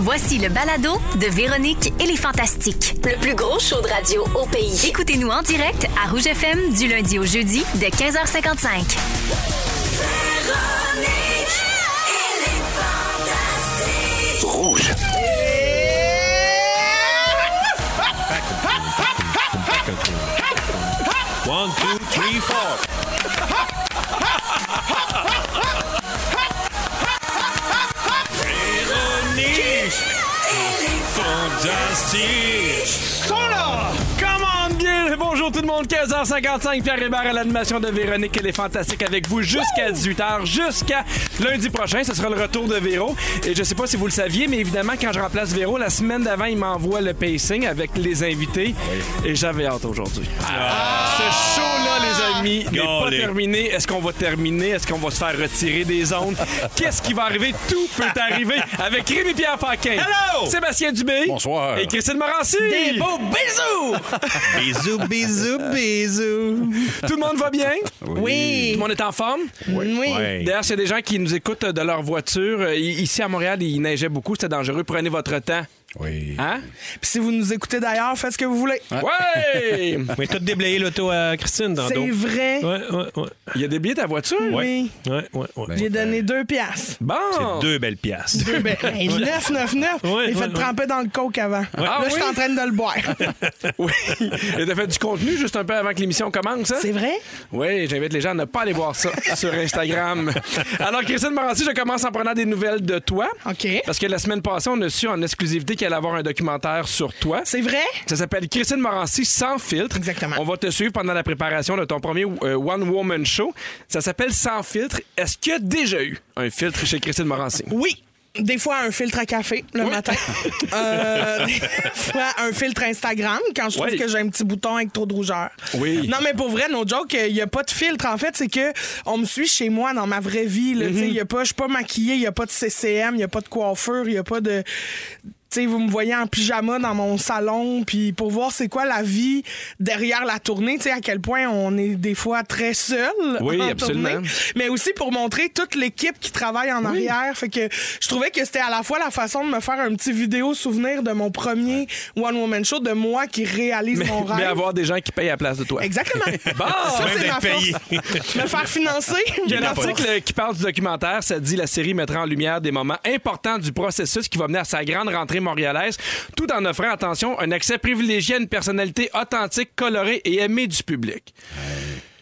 Voici le balado de Véronique et les Fantastiques. Le plus gros show de radio au pays. Écoutez-nous en direct à Rouge FM du lundi au jeudi de 15h55. Rouge. One, two, three, four. Véronique, fantastique. sont là! Comment bien! Bonjour tout le monde, 15h55, Pierre Hébert à l'animation de Véronique et les Fantastiques avec vous jusqu'à 18h, jusqu'à lundi prochain. Ce sera le retour de Véro. Et je sais pas si vous le saviez, mais évidemment, quand je remplace Véro, la semaine d'avant, il m'envoie le pacing avec les invités. Et j'avais hâte aujourd'hui. Ce show-là, les amis, n'est pas Golly. terminé. Est-ce qu'on va terminer? Est-ce qu'on va se faire retirer des ondes? Qu'est-ce qui va arriver? Tout peut arriver avec Rémi-Pierre Paquin. Hello! Sébastien Dubé. Bonsoir. Et Christine Morancy. Bisous, bisous, bisous. Tout le monde va bien? Tout Oui. le monde est en forme? Oui. Ouais. D'ailleurs, s'il y a des gens qui nous écoutent de leur voiture, euh, i- ici à Montréal, il neigeait beaucoup, c'était dangereux. Prenez votre temps. Oui. Hein? Puis si vous nous écoutez d'ailleurs, faites ce que vous voulez. Ah, Ouais! Mais tout déblayé l'auto à Christine dans C'est dos. vrai. Ouais, ouais, ouais. Il y a des billets ta voiture? Oui. Ouais, ouais, ouais. J'ai donné deux piastres. Bon! Deux belles pièces. Deux ben, 999. Ouais, J'ai fait ouais, tremper dans le coke avant. Là, Ah je suis oui? en train de le boire. Oui. Et t'as fait du contenu juste un peu avant que l'émission commence, hein? C'est vrai? Oui, j'invite les gens à ne pas aller voir ça sur Instagram. Alors, Christine Morancy, je commence en prenant des nouvelles de toi. OK. Parce que la semaine passée, on a su en exclusivité qu'il allait avoir un documentaire sur toi. C'est vrai? Ça s'appelle Christine Morancy sans filtre. Exactement. On va te suivre pendant la préparation de ton premier euh, One Woman Show. Ça s'appelle Sans filtre. Est-ce qu'il y a déjà eu un filtre chez Christine Morancy? Oui. Des fois, un filtre à café le matin. Euh, des fois, un filtre Instagram quand je trouve Oui. que j'ai un petit bouton avec trop de rougeur. Oui. Non, mais pour vrai, no joke, il n'y a pas de filtre. En fait, c'est que on me suit chez moi dans ma vraie vie. Mm-hmm. là. Tu sais, y a pas- Je suis pas maquillée, il n'y a pas de CCM, il n'y a pas de coiffure, il n'y a pas de. Tu sais, vous me voyez en pyjama dans mon salon, puis pour voir c'est quoi la vie derrière la tournée, tu sais, à quel point on est des fois très seul. Oui, en absolument. tournée mais aussi pour montrer toute l'équipe qui travaille en arrière. Fait que je trouvais que c'était à la fois la façon de me faire un petit vidéo souvenir de mon premier One Woman Show, de moi qui réalise Mais, mon rêve. mais avoir des gens qui payent à la place de toi. Exactement. Bon! ça, Même c'est ma force. me faire financer. Il y a un Ma force. article qui parle du documentaire. Ça dit la série mettra en lumière des moments importants du processus qui va mener à sa grande rentrée montréalaise, tout en offrant, attention, un accès privilégié à une personnalité authentique, colorée et aimée du public.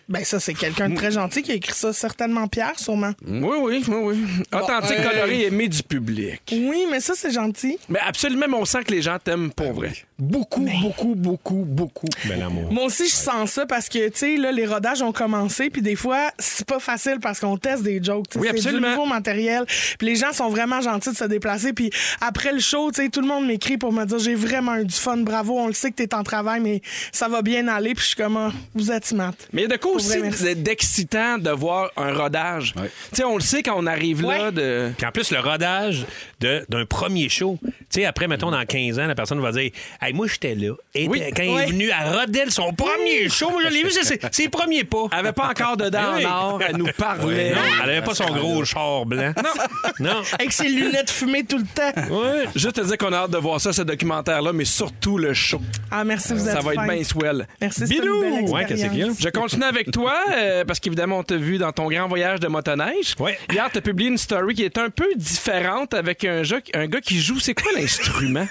Ben, ça, c'est quelqu'un de très Mm. gentil qui a écrit ça, certainement Pierre, sûrement. Hmm. Oui, oui, oui, oui. Authentique, euh, colorée et aimée du public. Oui, mais ça, c'est gentil. Mais absolument, mais on sent que les gens t'aiment Ben pour vrai. Beaucoup, beaucoup, beaucoup, beaucoup. Bel amour. Moi aussi, je sens ça parce que, tu sais, là, les rodages ont commencé, puis des fois, c'est pas facile parce qu'on teste des jokes. tu sais. Oui, c'est du absolument. nouveau matériel. Puis les gens sont vraiment gentils de se déplacer. Puis après le show, tu sais, tout le monde m'écrit pour me dire j'ai vraiment eu du fun, bravo, on le sait que t'es en travail, mais ça va bien aller. Puis je suis comme, Ah, vous êtes smart. Mais il y a de quoi Pour vrai, aussi merci. d- d'excitant de voir un rodage. Tu sais, on le sait quand on arrive là Ouais. de. Puis en plus, le rodage de- d'un premier show, tu sais, après, mettons, dans 15 ans, la personne va dire Hey, moi, j'étais là. Et Oui. quand il Ouais. est venu à Rodel, son premier show, moi, je l'ai vu, c'est- c'est ses premiers pas. Elle avait pas encore de dents Eh Oui. en or, elle nous parlait. Ah! Non, elle avait pas son gros char blanc. Non. Non. Avec ses lunettes fumées tout le temps. Ouais. Juste te dire qu'on a hâte de voir ça, ce documentaire-là, mais surtout le show. Ah, merci, vous êtes Ça va être fin. bien swell. Merci, c'est Bilou! une belle Ouais, qu'est-ce qu'il y a? expérience. Je continue avec toi, euh, parce qu'évidemment, on t'a vu dans ton grand voyage de motoneige. Ouais. Hier, t'as publié une story qui est un peu différente avec un, jeu- un gars qui joue. C'est quoi l'instrument?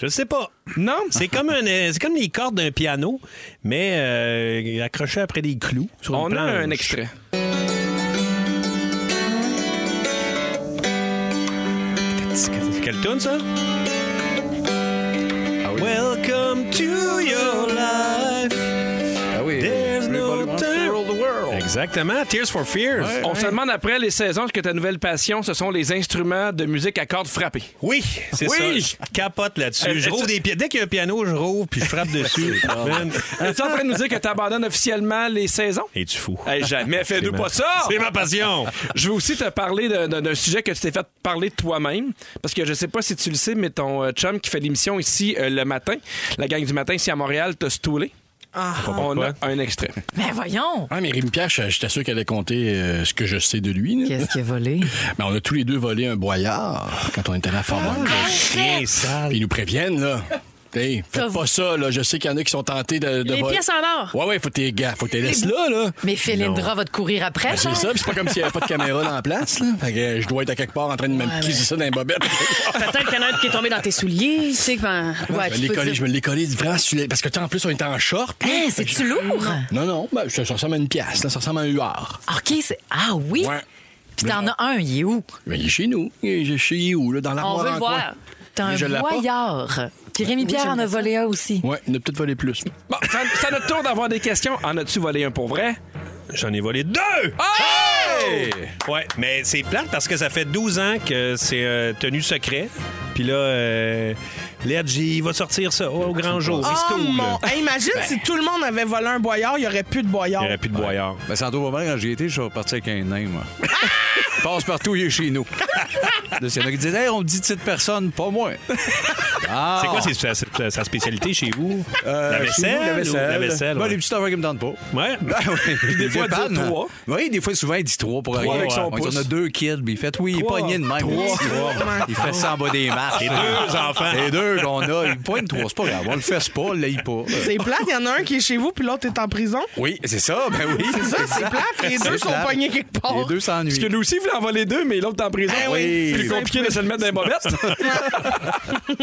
Je sais pas. Non? C'est comme, un, euh, c'est comme les cordes d'un piano, mais euh, accroché après des clous sur On une a planche. un extrait. Quelle tune ça? Ah Welcome to your life. Ah oui. There's no time. the world. Exactement. Tears for Fears. On se demande après les saisons que ta nouvelle passion, ce sont les instruments de musique à cordes frappées. Oui, c'est Oui. ça. Je capote Euh, là-dessus. Je euh, rouvre tu- des pieds. Dès qu'il y a un piano, je rouvre puis je frappe dessus. Man. Es-tu en train de nous dire que tu abandonnes officiellement les saisons? Es-tu fou? Hey, jamais fais-nous ma- pas ça! C'est ma passion. Je veux aussi te parler d'un- d'un d'un sujet que tu t'es fait parler de toi-même. Parce que je sais pas si tu le sais, mais ton euh, chum qui fait l'émission ici euh, le matin, la gang du matin ici à Montréal, t'a stoulé. Ah. On a un extrait. Mais Ben, voyons! Ah, mais Rémi Pierre, je- j'étais sûr qu'elle allait compter euh, ce que je sais de lui. là. Qu'est-ce qui a volé? Ben, on a tous les deux volé un boyard quand on était à la Formule. Ah, Chien sale. Ils nous préviennent, là. Hey, faites pas ça, là. Je sais qu'il y en a qui sont tentés de, de Les voler. pièces en or. Ouais, ouais, faut que t'es gars, faut que t'es laisses là, là. Mais Philindra va te courir après, Ah, C'est genre. ça, puis c'est pas comme s'il n'y avait pas de caméra dans la place, là. Fait que euh, je dois être à quelque part en train de me quiser ça dans les bobettes. Peut-être qu'il y en a un qui est tombé dans tes souliers, tu sais, ben, Ouais, je tu me l'ai peux collé, dire- je me l'ai collé du bras sur les- Parce que, tu sais, en plus, on était en short. là. Hein, c'est-tu lourd? Non, non, ben, ça, ça ressemble à une pièce, là. Ça ressemble à un huard. OK, c'est. Ah oui? Ouais. Puis t'en as un, il est où? Ben, il est chez nous. Il est chez où, là, dans l'armoire on veut en le coin. voir. T'as Mais un je l'ai pas. boyard. Puis Rémi Pierre en a volé un aussi. Ouais, il en a peut-être volé plus. Bon, ça- c'est à notre tour d'avoir des questions. En as-tu volé un pour vrai? J'en ai volé deux! Hey! Ouais, mais c'est plate parce que ça fait 12 ans que c'est euh, tenu secret. Puis là, euh, Ledge, il va sortir ça au grand jour. Oh Risto, là. mon... Hey, imagine Ben. si tout le monde avait volé un boyard, il n'y aurait plus de boyard. Il n'y aurait plus de boyard. Ben, ça doit pas mal. Quand j'y étais, je suis reparti avec un nain, moi. Passe partout, il est chez nous. Là, Il y en a qui disaient, hey, on me dit petite personne, pas moi. Ah, C'est quoi ses- sa, sa- sa spécialité chez vous? euh, la chez nous, vaisselle? La ou- vaisselle. la vaisselle, Ben, ouais. les petites affaires qui me tentent pas. Ouais. Ben oui. des fois, il dit trois. Oui, des fois, souvent, il dit trois pour rien. avec son on, dit, pouce. on a deux kids, puis il fait, oui, il est Trois. pogné de même. Il fait ça en bas des marches. Et deux enfants. Les deux qu'on a, il pointe trois, c'est pas grave. On le fesse pas, on l'aille pas. Euh, C'est plate, il y en a un qui est chez vous, puis l'autre est en prison. Oui, c'est ça, ben oui. C'est ça, c'est plate. Les deux C'est sont plate. pognés quelque part. Les deux Parce que s'ennuient. lui aussi, il voulait en voler deux, mais l'autre est en prison. Eh oui. Plus compliqué de se le mettre dans les bobettes.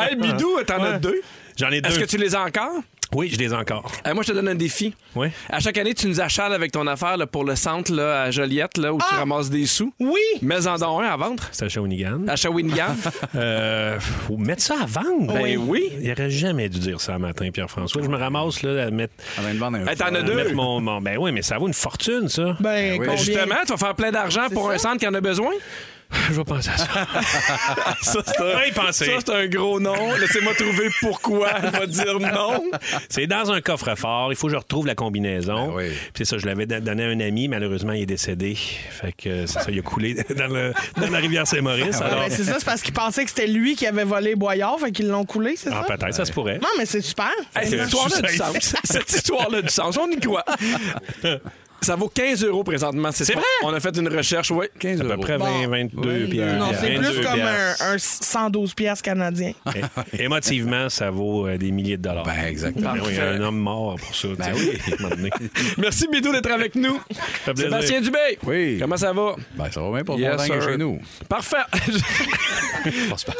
hey, Bidou, t'en as deux. J'en ai deux. Est-ce que tu les as encore? Oui, je les ai encore. Eh, moi, je te donne un défi. Ouais. À chaque année, tu nous achales avec ton affaire là, pour le centre là, à Joliette, là, où tu ramasses des sous. Oui. Mets en don un à vendre. C'est un Shawinigan. À Shawinigan. Euh, faut mettre ça à vendre. Ben oui. Il aurait jamais dû dire ça un matin, Pierre-François. Je me ramasse là, à mettre, On va me vendre un Hey, t'en à as deux. mettre mon, mon- Ben oui, mais ça vaut une fortune, ça. Ben, oui. combien? Justement, tu vas faire plein d'argent pour un centre qui en a besoin. Je vais penser à ça. Ça, c'est un... Bien pensé. Ça, c'est un gros nom. Laissez-moi trouver pourquoi. Elle va dire non. C'est dans un coffre-fort. Il faut que je retrouve la combinaison. Ben oui. Puis C'est ça, je l'avais don- donné à un ami. Malheureusement, il est décédé. Fait que c'est ça, il a coulé dans, le- dans la rivière Saint-Maurice. Ah, Alors, ben, c'est ça, c'est parce qu'ils pensaient que c'était lui qui avait volé Boyard, fait qu'ils l'ont coulé, c'est Ah, ça? peut-être, ça se pourrait. Non, mais ben. c'est super. Hey, cette Euh, histoire-là a du je sais. sens. Cette histoire-là a du sens. On y croit. Ça vaut 15 euros présentement. C'est vrai? On a fait une recherche, oui. 15 À peu euros. près 20, 22 piastres. Non, c'est plus 22 comme un, piastres. un 112 piastres canadien. É- Émotivement, ça vaut euh, des milliers de dollars. Ben, exactement. Ben oui, un homme mort pour ça. Ben oui. Merci, Bidou, d'être avec nous. fait plaisir. Sébastien Dubé. Oui. Comment ça va? Ben, ça va bien pour Yes, yes, sir. chez nous. Parfait. Passe pas.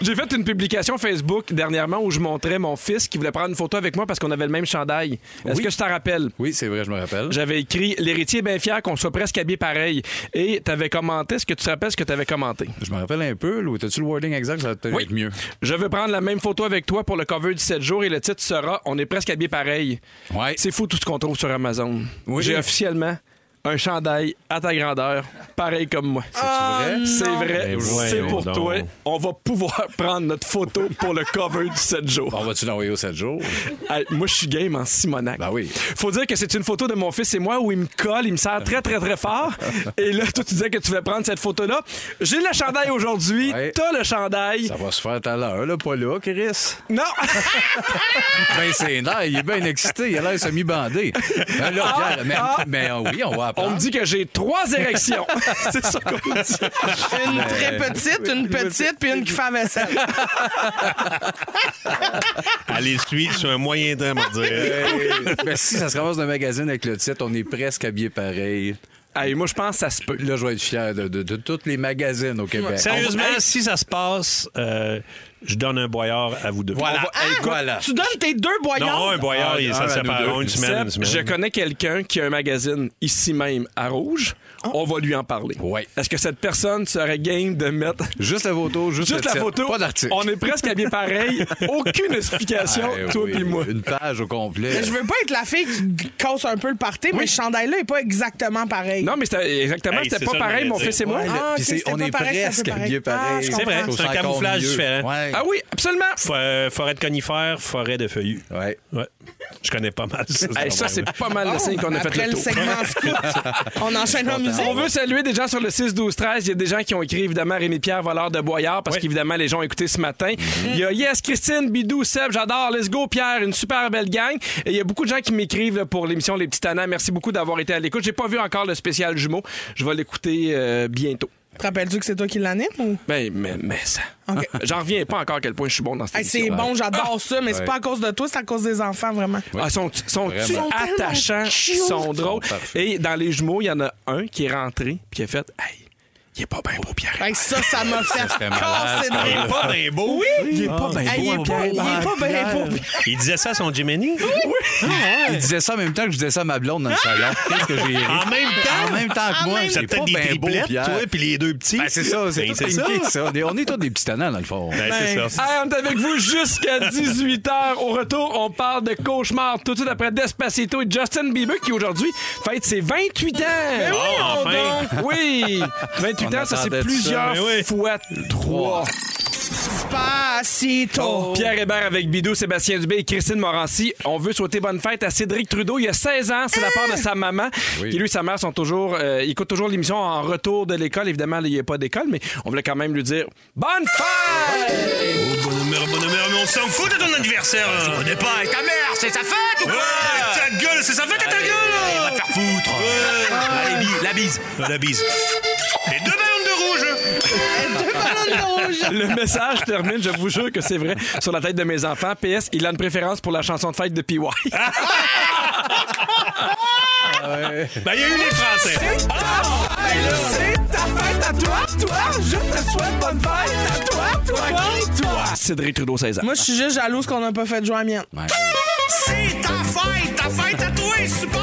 J'ai fait une publication Facebook dernièrement où je montrais mon fils qui voulait prendre une photo avec moi parce qu'on avait le même chandail. Est-ce que je t'en rappelle? Oui, c'est vrai, je me rappelle. J'avais écrit L'héritier est bien fier qu'on soit presque habillé pareil. Et t'avais commenté. Est-ce que tu te rappelles ce que t'avais commenté? Je me rappelle un peu. Lou. T'as-tu le wording exact? Ça va peut-être être mieux. Je veux prendre la même photo avec toi pour le cover du 7 jours et le titre sera On est presque habillé pareil. Ouais. C'est fou tout ce qu'on trouve sur Amazon. Oui. J'ai officiellement un chandail à ta grandeur, pareil comme moi. vrai? C'est vrai, Ben c'est voyons pour donc. toi. On va pouvoir prendre notre photo pour le cover du 7 jours. On va-tu l'envoyer aux 7 jours? Hey, moi, je suis game en Simonac. Ben oui. Faut dire que c'est une photo de mon fils et moi où il me colle, il me serre très, très, très fort. Et là, toi, tu disais que tu voulais prendre cette photo-là. J'ai le chandail aujourd'hui. Ouais. T'as le chandail. Ça va se faire tout à l'heure, là, pas là, Chris. Non! Ben, c'est là, il est bien excité, il a l'air semi-bandé. Ben là, Ah! regarde, mais, mais, euh, oui, on va apprendre. On me dit que j'ai trois érections. c'est ça qu'on me dit. Une très petite, une petite, puis une qui fait la vaisselle. Allez, suis sur un moyen temps, on va dire. Oh Hey, ben, si ça se ramasse d'un magazine avec le titre, on est presque habillé pareil. Hey, moi, je pense que ça se peut. Là, je vais être fier de, de, de tous les magazines au Québec. Sérieusement, si ça se passe, euh, je donne un boyard à vous deux. On va- hey, voilà. Tu donnes tes deux Non, boyards. un boyard, Ah, il- un ça à se nous deux. sépare une semaine. une Seb, semaine. je connais quelqu'un qui a un magazine ici même à Rouge. Ah. On va lui en parler. Ouais. Est-ce que cette personne serait game de mettre Juste la photo, juste, juste le la titre. photo? Pas d'article. On est presque habillés pareil. Aucune explication, Hey, toi oui, puis moi. Une page au complet. Mais Je veux pas être la fille qui casse un peu le party, mais ce chandail-là est pas exactement pareil. Non, mais c'était exactement, Hey, c'était c'est pas ça, pareil, je mon voulais fils et moi. Ouais, le- Ah, puis ok, c'est- c'était on pas est pareil, c'est un peu presque pareil. habillé Ah, pareil. je C'est vrai, comprends. c'est un encore camouflage mieux. différent. Ouais. Ah oui, absolument. Fo- euh, forêt de conifères, forêt de feuillus. Ouais. Ouais. Je connais pas mal ça. Hey, ça, c'est pas mal Ah, le Bon, signe qu'on a fait Oh, après le le tour. segment scoop, on enchaîne en musique. On veut saluer des gens sur le 6, 12, 13. Il y a des gens qui ont écrit, évidemment, Rémi-Pierre Valeur de Boyard, parce Oui. qu'évidemment, les gens ont écouté ce matin. Mm-hmm. Il y a Yes, Christine, Bidou, Seb, j'adore, let's go, Pierre, une super belle gang. Et il y a beaucoup de gens qui m'écrivent là, pour l'émission Les Petits Tannants. Merci beaucoup d'avoir été à l'écoute. J'ai pas vu encore le spécial jumeau. Je vais l'écouter euh, bientôt. Te rappelles-tu que c'est toi qui l'anime ou? Ben, mais, mais ça. OK. J'en reviens pas encore à quel point je suis bon dans cette Hey, c'est émission. bon, j'adore ça, mais c'est pas à cause de toi, c'est à cause des enfants, vraiment. Ah, sont sont Vraiment. attachants, ils sont drôles. Et dans les jumeaux, il y en a un qui est rentré puis qui a fait Hey, il est pas bien beau, Pierre. Hey, ça, ça m'a fait c'était malade, casser de Il rire. est pas bien beau. Il est Ah. pas bien Hey, Ah, il est hein, pas- il est ben, pas bien beau. Il disait ça à son Jiminy. Il disait ça en même temps que je disais ça à ma blonde dans le salon. Qu'est-ce que j'ai ri? En même temps. Ah, En même temps que moi, C'est c'est pas peut-être des bien beau, triplettes, Pierre. toi, puis les deux petits. Ben, c'est ça, c'est Ben, tout ça. pinké, ça. On est- On est tous des petits tannants, dans le fond. Ben, c'est ça. Hey, on est avec vous jusqu'à 18h. Au retour, on parle de cauchemar tout de suite après Despacito et Justin Bieber qui aujourd'hui fête ses 28 ans. oui, Oh, enfin. donc. Oui, 28 On ans, ça c'est attendait ça. Eh plusieurs Mais oui. fois 3. Despacito. Oh, Pierre Hébert avec Bidou, Sébastien Dubé et Christine Morancy. On veut souhaiter bonne fête à Cédric Trudeau. Il a 16 ans, c'est la part de sa maman. Oui. Qui lui et sa mère sont toujours, euh, ils écoutent toujours l'émission en retour de l'école. Évidemment, là, il n'y a pas d'école, mais on voulait quand même lui dire bonne fête. Bon numéro, bon numéro, mais on s'en fout de ton anniversaire. On n'est pas avec ta mère, c'est sa fête ou quoi Ta gueule, c'est sa fête à ta gueule Va te faire foutre Allez, la bise La bise Les deux ballons de rouge Le message termine, je vous jure que c'est vrai, sur la tête de mes enfants. PS, il a une préférence pour la chanson de fête de PY. Ben, il y a eu les Français Cédric Trudeau, 16 ans. Moi, je suis juste jalouse qu'on n'a pas fait de joie à mienne. Ouais. C'est ta fête! Ta fête à toi! Super!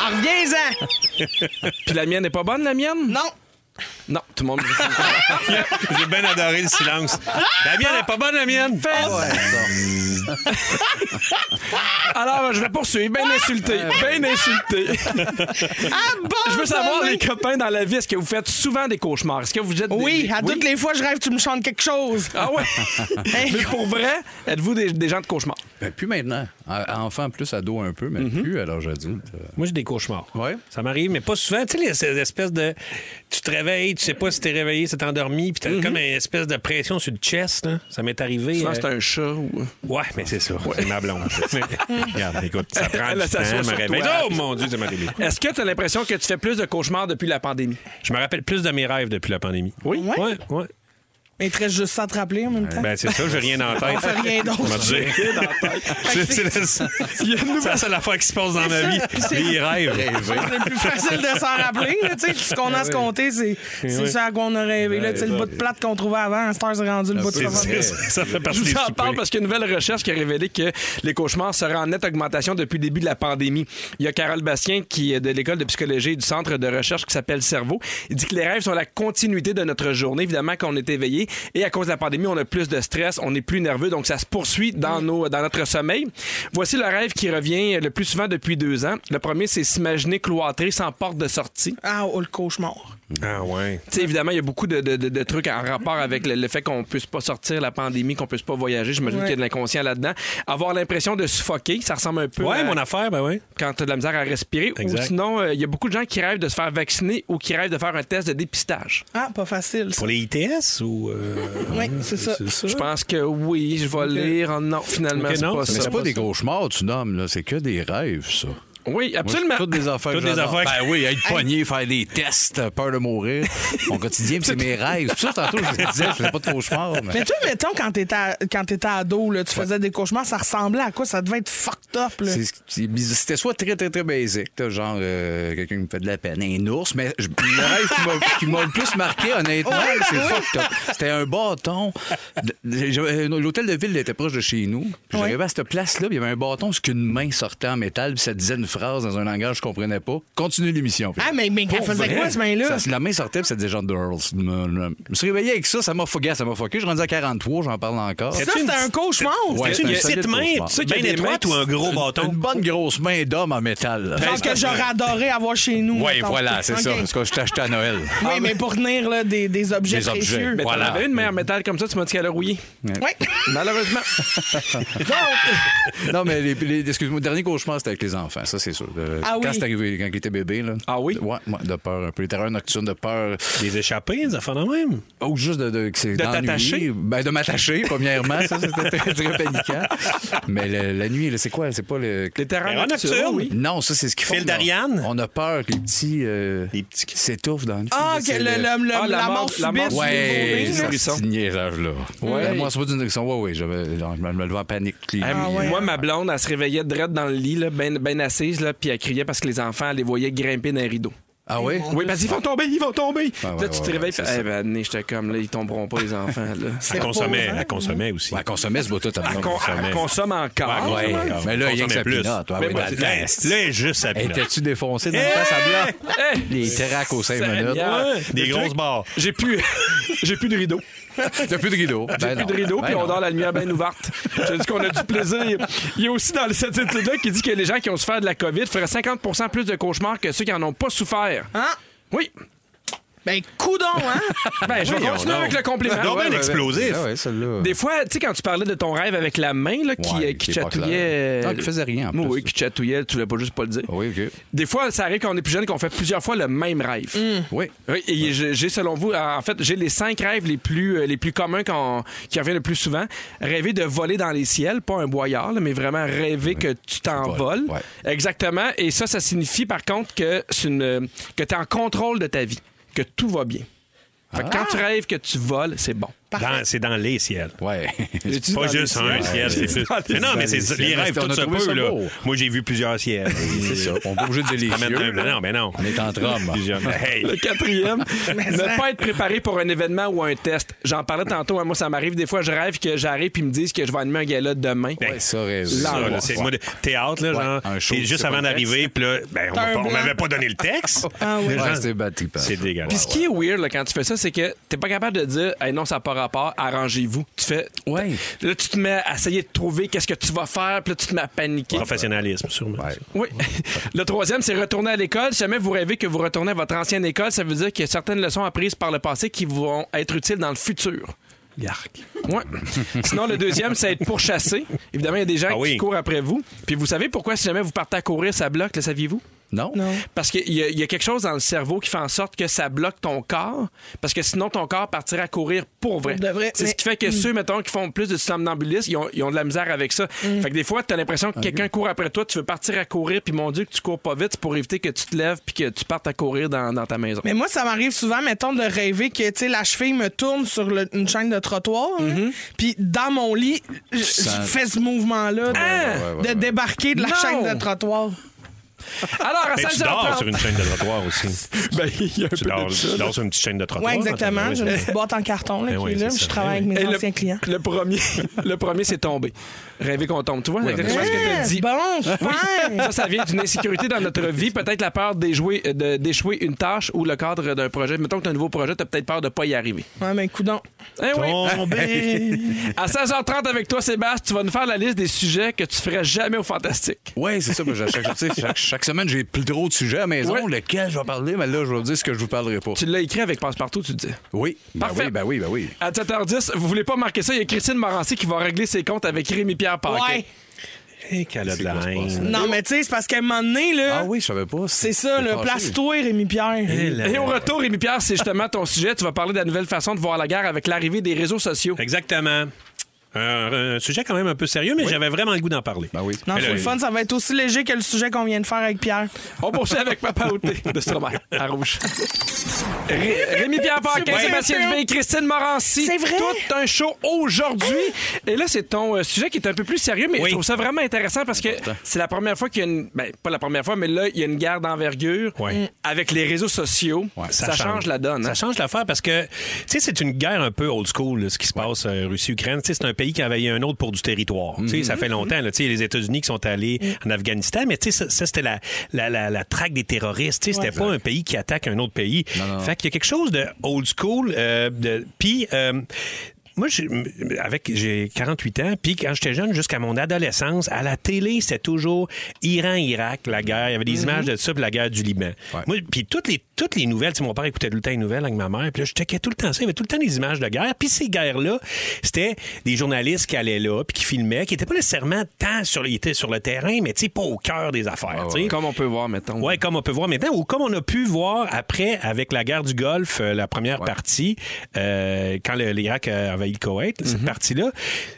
Ah, reviens-en! Puis la mienne n'est pas bonne, la mienne? Non! Non, tout le monde. J'ai bien adoré le silence. La mienne est pas bonne, la mienne Ah Alors, je vais poursuivre. Bien insulté. Bien insulté. Ah, bon! Je veux savoir, demain. les copains dans la vie, est-ce que vous faites souvent des cauchemars? Est-ce que vous êtes. des- Oui, des- à toutes les fois, je rêve que tu me chantes quelque chose. Ah ouais? Mais pour vrai, êtes-vous des, des gens de cauchemars? Ben, plus maintenant. À- Enfant, plus ado un peu, mais Mhm. plus à l'âge adulte. euh, Moi, j'ai des cauchemars. Ouais. Ça m'arrive, mais pas souvent. Tu sais, les- ces espèces de. Tu te réveilles, tu sais pas si t'es réveillé, si t'es endormi, puis t'as comme une espèce de pression sur le chest. là. Ça m'est arrivé. Souvent, euh, c'est un chat ou. Ouais, mais c'est ça. C'est ma blonde. Regarde, écoute, ça prend Elle du temps, s'assoit elle me sur réveille. toi. Oh mon Dieu, ça m'est arrivé. Est-ce que tu as l'impression que tu fais plus de cauchemars depuis la pandémie? Je me rappelle plus de mes rêves depuis la pandémie. Oui? Ouais, ouais. Mais il te reste juste ça à te rappeler en même temps. Ben, c'est ça, j'ai rien en tête. On fait rien d'autre. Comment dire? C'est- c'est la- C'est la seule affaire qui se passe dans ma vie. Les rêves. C'est plus facile de s'en rappeler. là, tu sais, ce qu'on a à se compter, c'est c'est ça à quoi on a rêvé. Là, tu sais, le bout de plate qu'on trouvait avant, à cette heure, c'est rendu le bout de C'est- favori. c'est- Ça fait Je partie des vous en soupers. parle parce qu'il y a une nouvelle recherche qui a révélé que les cauchemars seraient en nette augmentation depuis le début de la pandémie. Il y a Carole Bastien, qui est de l'école de psychologie et du centre de recherche qui s'appelle Cerveau. Il dit que les rêves sont la continuité de notre journée. Évidemment, quand on est éveillé et à cause de la pandémie, on a plus de stress, on est plus nerveux, donc ça se poursuit dans, nos, dans notre sommeil. Voici le rêve qui revient le plus souvent depuis deux ans. Le premier, c'est s'imaginer cloîtré sans porte de sortie. Ah, oh, le cauchemar. Ah, ouais. Tu sais, évidemment, il y a beaucoup de, de- de- de trucs en rapport avec le, le fait qu'on puisse pas sortir, la pandémie, qu'on puisse pas voyager. J'imagine Ouais. qu'il y a de l'inconscient là-dedans. Avoir l'impression de suffoquer, ça ressemble un peu Ouais, à mon affaire, ben ouais. quand tu as de la misère à respirer. Ou Exact. sinon, euh, il y a beaucoup de gens qui rêvent de se faire vacciner ou qui rêvent de faire un test de dépistage. Ah, pas facile. ça. Pour les ITS ou. euh, Oui, c'est ça. Je pense que oui, je vais lire. Oh non, finalement, Ok, c'est non, pas Mais ça. c'est pas des cauchemars, tu nommes, là. C'est que des rêves, ça. Oui, Moi, c'est absolument. Toutes des affaires Toutes que des j'adore. affaires. Ben oui, être pogné, faire des tests, peur de mourir. Mon quotidien, c'est mes rêves. C'est pour ça, tantôt, je te disais, je faisais pas de cauchemars. Mais... Mais toi, mettons, quand t'étais quand t'étais ado, là, tu faisais des cauchemars, ça ressemblait à quoi? Ça devait être fucked up. Là. C'est- c'est bizarre. C'était soit très, très, très basique, là, genre euh, quelqu'un qui me fait de la peine, un ours, mais je- le rêve qui m'a- qui m'a le plus marqué, honnêtement, c'est fucked up. C'était un bâton. De- de- j'avais- L'hôtel de ville était proche de chez nous. Puis Ouais. J'arrivais à cette place-là, puis il y avait un bâton, c'est qu'une main sortait en métal, puis ça disait une phrase dans un langage que je comprenais pas. Continue l'émission. Ah, mais, mais elle Pour faisait vrai. quoi, ce main-là? Ça, La main sortait, puis ça disait genre Durls. Je me suis réveillé avec ça, ça m'a fogué, ça m'a foqué. Je suis rendu à 43, j'en parle encore. Ça, c'était un cauchemar. Ouais, T'as-tu c'est une un solide petite main, cauchemar. tu sais, qu'il y a bien des étroite mains- ou un gros bâton? Une bonne grosse main d'homme en métal. Genre que j'aurais adoré avoir chez nous. Oui, mettons. voilà, c'est Ok. ça. Ce que je t'ai acheté à Noël. Oui, mais pour tenir là, des, des objets Des objets. précieux. Mais Voilà. t'en avais une mère métal comme ça, tu m'as dit qu'elle a rouillé. Oui. Malheureusement. non, mais les, les- excuse-moi, le dernier cauchemar, c'était avec les enfants, ça, c'est sûr. Euh, Ah quand oui. c'est arrivé, quand il était bébé, là. Ah oui? Ouais, ouais, de peur un peu. Les terreurs nocturnes, de peur. Des échappées, des affaires de même. Ou juste de, de, que c'est d'ennui. t'attacher? Ben, de m'attacher, premièrement. ça, c'était très, très paniquant. Mais le- la nuit, là, c'est quoi? C'est pas le. Les terrains Terrains nocturnes, nocturnes. oui. Non, ça, c'est ce qu'il faut. Fil d'Ariane? On a peur que les petits. euh, Les petits qui- s'étouffent dans le Ah, fil, que là, le, c'est le- le- Ah, la, la mort mort- la mort subite. subite. Ouais, du c'est nouveau-né, ce petit niaisage-là. Ouais. Ben, Moi, c'est pas d'une direction. Ouais, ouais, j'avais- genre, je me me levais en panique. les- Ah, les- m- Moi, ma blonde, elle se réveillait drette dans le lit, là, ben, ben assise, là, puis elle criait parce que les enfants, elle les voyait grimper dans les rideaux. Ah ouais? Oui, parce qu'ils vont tomber, ils vont tomber. Ah, ouais, là, tu ouais, te réveilles, ouais, puis c'est eh ben, né, j'étais comme, là, ils tomberont pas, les enfants. Là. Elle consommait, elle consommait aussi. Ouais, consommer ce bout-là, t'as Elle con- Ah, elle consomme encore. Ouais, là. mais là, il y a que consommait ça plus. pinote. toi, Mais oui, moi, dans c'est- le temps. Là, là, juste à ben, Hey, pinote. t'as-tu défoncé dans le temps, ça bloque? Hey! Les terracs aux 5 Seigneur. minutes. Ouais. Des grosses barres. J'ai plus, j'ai plus de rideau. T'as plus de Ben rideau. J'ai plus de rideau, puis on dort la lumière bien ouverte. Je dis qu'on a du plaisir. Il y a aussi dans cette étude-là qui dit que les gens qui ont souffert de la COVID feraient 50 plus de cauchemars que ceux qui n'en ont pas souffert. Hein? Oui. Ben, coudon, hein? Ben, je vais continuer avec le complément. Non, Ouais, ben ouais, explosif. Ah ouais, celle-là. Des fois, tu sais, quand tu parlais de ton rêve avec la main là, qui, Ouais, euh, qui qui est pas chatouillait. euh, clair. Ah, qui faisait rien, en plus. Ah Oui, qui chatouillait, tu voulais pas juste pas le dire. Oui, OK. Des fois, ça arrive quand on est plus jeune qu'on fait plusieurs fois le même rêve. Oui. Oui, et j'ai- j'ai selon vous, en fait, j'ai les cinq rêves les plus, euh, les plus communs qu'on- qui reviennent le plus souvent. Rêver de voler dans les ciels, pas un boyard, là, mais vraiment rêver que tu t'envoles. voles, Exactement. Et ça, ça signifie par contre que c'est une, que tu es en contrôle de ta vie, que tout va bien. Fait que quand tu rêves que tu voles, c'est bon. Dans- C'est dans les ciels. Ouais. J'ai-tu Pas dans les juste ciels? un ciel, c'est plus. Mais non, mais c'est les rêves, On a tout se trouvé peut, ça là. beau. Moi, j'ai vu plusieurs ciels. C'est ça. On peut obligé de les Ah, mais yeux. non, mais non. On est entre hommes. Plusieurs. Hey, Le quatrième, ne pas être préparé pour un événement ou un test. J'en parlais tantôt, hein, moi ça m'arrive des fois, je rêve que j'arrive puis ils me disent que je vais animer un gala demain. Ben, Ouais, ça, rêve. ça, L'angoisse. là, c'est moi, de- théâtre, là, Ouais, genre, un show, t'es c'est juste pas avant le texte. d'arriver, puis là, ben, on T'as m'a un pas- on blanc. m'avait pas donné le texte. Ah ouais. Les gens- Ouais, c'est bad trip. C'est Puis dégueulasse. ce qui est weird là, quand tu fais ça, c'est que t'es pas capable de dire hey, non, ça n'a pas rapport, arrangez-vous. Tu fais. Ouais. Là, tu te mets à essayer de trouver qu'est-ce que tu vas faire, puis là, tu te mets à paniquer. Professionnalisme, sûrement. Ouais. Oui. Le troisième, c'est retourner à l'école. Si jamais vous rêvez que vous retournez à votre ancienne école, ça veut dire qu'il y a certaines leçons apprises par le passé qui vont être utiles dans le futur. Yark. Ouais. Sinon, le deuxième, c'est être pourchassé. Évidemment, il y a des gens Ah oui. qui courent après vous. Puis vous savez pourquoi, si jamais vous partez à courir, ça bloque, le saviez-vous? Non? Non. Parce qu'il y, a- il y a quelque chose dans le cerveau qui fait en sorte que ça bloque ton corps, parce que sinon ton corps partira à courir pour vrai. Pour de vrai, C'est mais- mm. ce qui fait que ceux, mettons, qui font plus de somnambulisme, ils ont, ils ont de la misère avec ça. Mm. Fait que des fois, tu as l'impression que Ah, quelqu'un court après toi, tu veux partir à courir, puis mon Dieu, que tu cours pas vite, c'est pour éviter que tu te lèves puis que tu partes à courir dans, dans ta maison. Mais moi, ça m'arrive souvent, mettons, de rêver que, tu sais, la cheville me tourne sur le- une chaîne de trottoir. hein, Puis dans mon lit, je je sens- fais ce mouvement-là de, ouais, ouais, de ouais. débarquer de la Non! chaîne de trottoir. Alors, à Mais Ben, tu 16h30, dors sur une chaîne de trottoir aussi. ben, il y a un Tu peu de dors, ça, tu là. dors sur une petite chaîne de trottoir. Ouais, exactement. hein, J'ai une petite boîte en carton là, Ben qui oui, est là. c'est Je ça. travaille avec Et mes Eh, le, anciens clients. le premier, le premier c'est tomber. Rêver qu'on tombe. Tu vois, exactement ce Eh, que tu as Ah, dit. Bon, super! Ça, ça vient d'une insécurité dans notre vie, peut-être la peur d'échouer euh, de- d'échouer une tâche ou le cadre d'un projet. Mettons que tu as un nouveau projet, tu as peut-être peur de pas y arriver. Ouais, ben, mais coudon. Eh oui. Tomber. À 16h30 avec toi, Sébastien, tu vas nous faire la liste des sujets que tu ferais jamais au Fantastique. Oui, c'est ça. parce que Chaque, tu sais, chaque, chaque semaine, j'ai plus trop de sujets à la maison. Ouais. Lequel je vais parler, mais là, je vais vous dire ce que je vous parlerai pas. Tu l'as écrit avec Passepartout, tu te dis. Oui. Ben Parfait. oui, ben oui, ben oui. À 7h10, vous voulez pas marquer ça, il y a Christine Morancy qui va régler ses comptes avec Rémi-Pierre Paquet. Ouais. Et qu'elle a de la quoi, ce haine. passage? Non, mais tu sais, c'est parce qu'à un moment donné, là, Ah oui, je savais pas. c'est ça, là, fâché. place-toi, Eh, Rémi-Pierre. Et au retour, Rémi-Pierre, c'est justement ton sujet. Tu vas parler de la nouvelle façon de voir la guerre avec l'arrivée des réseaux sociaux. Exactement. Euh, Un, un sujet quand même un peu sérieux, mais j'avais vraiment le goût d'en parler. Ben oui. Non, Mais c'est là, le fun, ça va être aussi léger que le sujet qu'on vient de faire avec Pierre. On poursuit avec Papa Outé de Stromae à Rouge. Ré- Rémi-Pierre Paquin, vrai. Sébastien Dubé, Christine Morancy. C'est vrai. Tout un show aujourd'hui. Et là, c'est ton euh, sujet qui est un peu plus sérieux, mais Oui. je trouve ça vraiment intéressant parce que c'est la première fois qu'il y a une... Ben, pas la première fois, mais là, il y a une guerre d'envergure Ouais. avec les réseaux sociaux. ça, change. la donne. Ça hein. change l'affaire parce que, tu sais, c'est une guerre un peu old school, là, ce qui se passe euh, Russie-Ukraine. Tu sais, c'est un pays qui envahit un autre pour du territoire. Tu sais, Ça fait longtemps. là. Tu sais, les États-Unis qui sont allés en Afghanistan, mais tu sais, ça, ça, c'était la, la, la- la traque des terroristes. Tu sais, C'était Ouais. pas un pays qui attaque un autre pays. non. Fait qu'il y a quelque chose de old school. euh, de- Puis. euh, moi, j'ai- avec j'ai 48 ans, puis quand j'étais jeune, jusqu'à mon adolescence, à la télé, c'était toujours Iran-Irak, la guerre. Il y avait des images de ça, puis la guerre du Liban. Moi, puis toutes les, toutes les nouvelles, tu sais, mon père écoutait tout le temps les nouvelles avec ma mère, puis là, je checkais tout le temps ça. Il y avait tout le temps des images de guerre. Puis ces guerres-là, c'était des journalistes qui allaient là, puis qui filmaient, qui n'étaient pas nécessairement tant sur, ils étaient sur le terrain, mais tu sais, pas au cœur des affaires. tu sais. Comme on peut voir, mettons. Oui, comme on peut voir maintenant, ou comme on a pu voir après avec la guerre du Golfe, euh, la première partie, euh, quand le- l'Irak a envahi le Koweït, cette partie-là,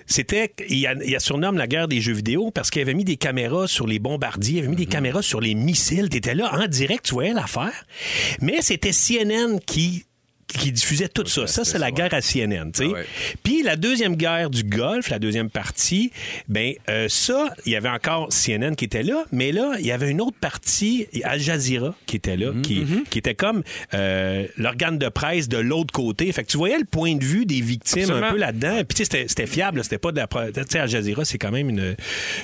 c'était, il y a, il y a surnomme la guerre des jeux vidéo parce qu'il avait mis des caméras sur les bombardiers, il avait mis des caméras sur les missiles. Tu étais là en direct, tu voyais l'affaire. Mais c'était CNN qui qui diffusait tout ça. Ça, c'est la guerre à CNN. tu sais. Ah ouais. Puis la deuxième guerre du Golfe, la deuxième partie, ben euh, ça, il y avait encore CNN qui était là, mais là, il y avait une autre partie, Al Jazeera, qui était là, qui, qui était comme euh, l'organe de presse de l'autre côté. Fait que tu voyais le point de vue des victimes Absolument. un peu là-dedans. Puis tu sais, c'était- c'était fiable, là, c'était pas de la... pro- Tu sais, Al Jazeera, c'est quand même une,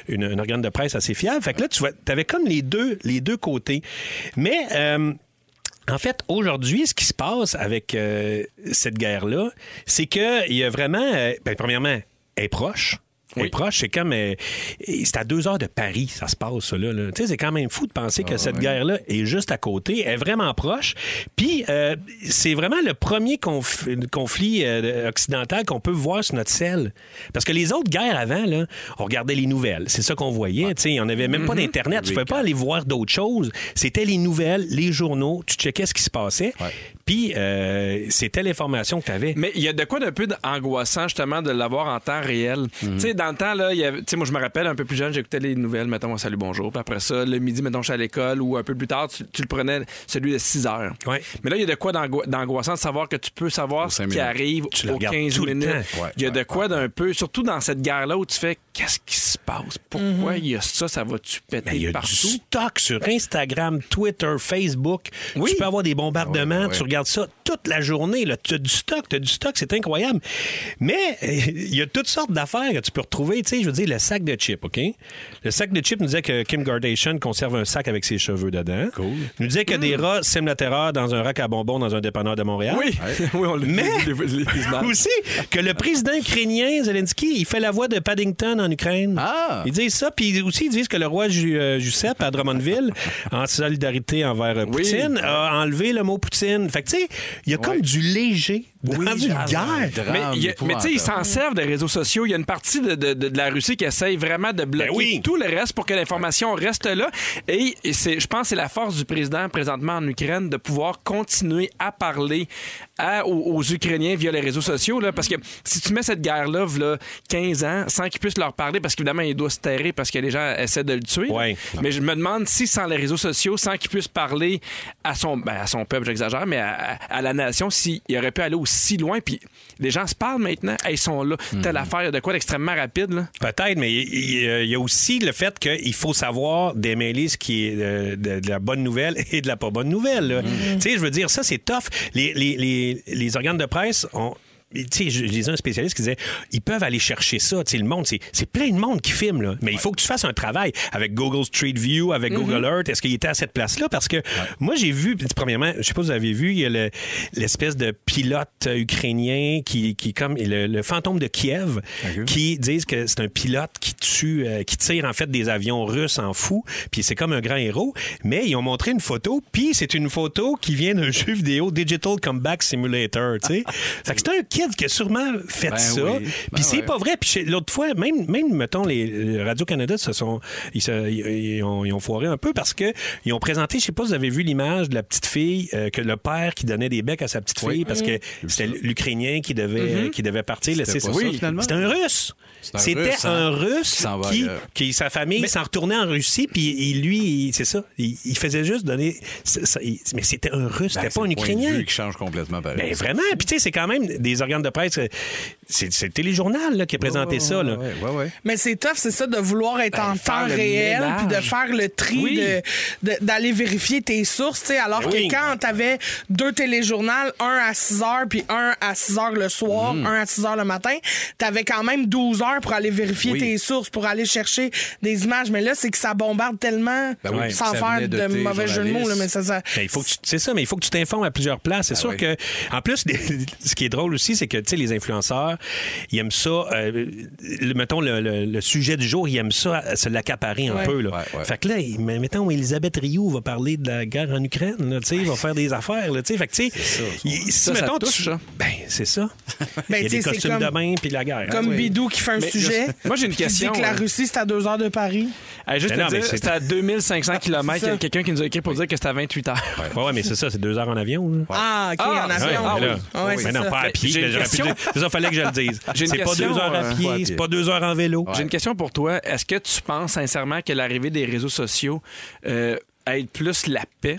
une, un organe de presse assez fiable. Fait que là, tu avais comme les deux, les deux côtés. Mais... euh, en fait, aujourd'hui, ce qui se passe avec euh, cette guerre-là, c'est qu'il y a vraiment. euh, ben, premièrement, elle est proche. Elle est proche, c'est comme. euh, et c'est à deux heures de Paris, ça se passe, ça. Là, là. Tu sais, c'est quand même fou de penser que cette guerre-là est juste à côté, elle est vraiment proche. Puis, euh, c'est vraiment le premier conf- conflit euh, occidental qu'on peut voir sur notre selle. Parce que les autres guerres avant, là, on regardait les nouvelles. C'est ça qu'on voyait. tu sais, On n'avait même pas d'Internet. Tu ne pouvais pas aller voir d'autres choses. C'était les nouvelles, les journaux. Tu checkais ce qui se passait. Puis, euh, c'était l'information que tu avais. Mais il y a de quoi d'un peu angoissant, justement, de l'avoir en temps réel. Mhm. Tu sais, dans le temps, là, il y avait- tu sais, moi, je me rappelle, un peu plus jeune, j'écoutais les nouvelles, mettons, salut, bonjour. Puis après ça, le midi, mettons, je suis à l'école, ou un peu plus tard, tu, tu le prenais celui de 6 heures. Ouais. Mais là, il y a de quoi d'ango- d'angoissant de savoir que tu peux savoir ce cinq qui minutes. arrive Tu le aux regardes 15 tout le minutes. temps. Ouais, il y a de quoi d'un peu, surtout dans cette guerre-là où tu fais, qu'est-ce qui se passe? Pourquoi il y a ça? Ça va-tu Mhm. péter Ben, Il y a partout? du stock sur Instagram, Twitter, Facebook. Tu peux avoir des bombardements, tu regardes ça toute la journée. là. Tu as du stock, tu as du stock, c'est incroyable. Mais il y a toutes sortes d'affaires que tu peux retrouver. Tu sais, je veux dire, le sac de chips, OK? Le sac de chips nous disait que Kim Kardashian conserve un sac avec ses cheveux dedans. Cool. nous disait que Mm. des rats sèment la terreur dans un rack à bonbons dans un dépanneur de Montréal. Oui, oui, on l'a Mais les- les- les images. aussi que le président ukrainien Zelensky, il fait la voix de Paddington en Ukraine. Ah! Ils disent ça, puis aussi ils disent que le roi Ju- euh, Giuseppe à Drummondville, en solidarité envers euh, Oui. Poutine, a enlevé le mot Poutine. Fait que tu sais, il y a comme du léger dans une guerre. drame Mais, il y a- mais tu sais, ils s'en servent des réseaux sociaux. Il y a une partie de, de- de- de la Russie qui essaye vraiment de bloquer Ben oui. tout le reste pour que l'information reste là. Et c'est, je pense que c'est la force du président présentement en Ukraine de pouvoir continuer à parler à- aux, aux Ukrainiens via les réseaux sociaux. Là, parce que si tu mets cette guerre-là, v'là 15 ans, sans qu'ils puissent leur parler, parce qu'évidemment, il doit se terrer parce que les gens essaient de le tuer. Ouais. Mais je me demande si sans les réseaux sociaux, sans qu'il puisse parler à son, ben, à son peuple, j'exagère, mais à, à- à la nation, s'il aurait pu aller aussi loin. Puis les gens se parlent maintenant, Hey, ils sont là. Mm. Telle affaire, il y a de quoi d'extrêmement rapide. Là. Peut-être, mais il- il euh, il y a aussi le fait qu'il faut savoir démêler ce qui est euh, de, de la bonne nouvelle et de la pas bonne nouvelle. là. Tu sais, je veux dire, ça, c'est tough. Les, les- les- les organes de presse ont. Tu sais, je je lisais un spécialiste qui disait, ils peuvent aller chercher ça. Tu sais, le monde, c'est c'est plein de monde qui filme, là. Mais il faut que tu fasses un travail avec Google Street View, avec Google Earth. Est-ce qu'il était à cette place-là? Parce que moi, j'ai vu, premièrement, je sais pas si vous avez vu, il y a le- l'espèce de pilote euh, ukrainien qui, qui comme le, le fantôme de Kiev, qui disent que c'est un pilote qui tue, euh, qui tire en fait des avions russes en fou, puis c'est comme un grand héros. Mais ils ont montré une photo, puis c'est une photo qui vient d'un jeu vidéo Digital Comeback Simulator, tu sais. fait que c'est un kid qui a sûrement fait ça. oui. Puis Ben c'est ouais. pas vrai. Puis chez- l'autre fois, même, même mettons, les le Radio-Canada se sont. Ils, se- ils- ils ont, ils ont foiré un peu parce que ils ont présenté, je sais pas si vous avez vu l'image de la petite fille, euh, que le père qui donnait des becs à sa petite fille Mmh. parce que c'était l'Ukrainien qui devait, qui devait partir. laisser son- pas ça, finalement. C'était un Russe. un C'était Russe, hein, un Russe, qui s'en va qui, ailleurs. qui- sa famille s'en retournait en Russie, puis il- lui, il- c'est ça, il, il faisait juste donner. Ben, c'est- ça- il- mais c'était un Russe, c'était pas un Ukrainien. qui change complètement pareil. Ben vraiment, puis tu sais, c'est quand même des organes de presse. euh, C'est c'est le téléjournal là, qui a présenté ça. Là. Mais c'est tough, c'est ça, de vouloir être en temps Ben, faire le réel, ménage. puis de faire le tri, Oui. de- de- d'aller vérifier tes sources, tu sais, alors Ben que oui. quand t'avais deux téléjournaux, un à 6 heures, puis un à 6 heures le soir, Mm. un à 6 heures le matin, t'avais quand même 12 heures pour aller vérifier Oui. tes sources, pour aller chercher des images. Mais là, c'est que ça bombarde tellement Ben oui, puis sans ça faire venait de de, tes mauvais jeu de mots, là, journalistes. mais ça, ça- Ben, il faut que tu- c'est ça, mais il faut que tu t'informes à plusieurs places. C'est Ben sûr que, en plus, les- ce qui est drôle aussi, c'est que, tu sais, les influenceurs, ils aiment ça, euh, le- mettons, le, le- le sujet du jour, ils aiment ça, euh, se l'accaparer un Ouais. peu, là. Fait que là, il- mais mettons, Elisabeth Rioux va parler de la guerre en Ukraine, là, tu sais, il va faire des affaires, là, tu sais. Fait que, tu sais, il- si, Ça, ça mettons, touche, tu- ça. Ben, c'est ça. il y Ben, a tu des sais, c'est costumes de comme- bain, puis la guerre. Comme Bidou qui fait un Mais- sujet. Moi, j'ai une qui question, dit que la euh, hein. Russie, c'est à 2 heures de Paris. Hey, juste Mais non, te mais dire, c'est- c'était à 2500 km. C'est Il y ça. a quelqu'un qui nous a écrit pour dire que c'était à 28 heures. Ouais, ouais, mais c'est ça, c'est deux heures en avion. là. Ah, OK, Ah, en ouais, avion. ah mais là, Ah ouais, mais c'est non, ça. pas à pied. J'ai une mais j'aurais pu question. dire- C'est ça, fallait que je le dise. J'ai une C'est pas question, deux heures euh, à pas à pied, pied. c'est pas deux heures en vélo. J'ai une question pour toi. Est-ce que tu penses sincèrement que l'arrivée des réseaux sociaux euh, aide plus la paix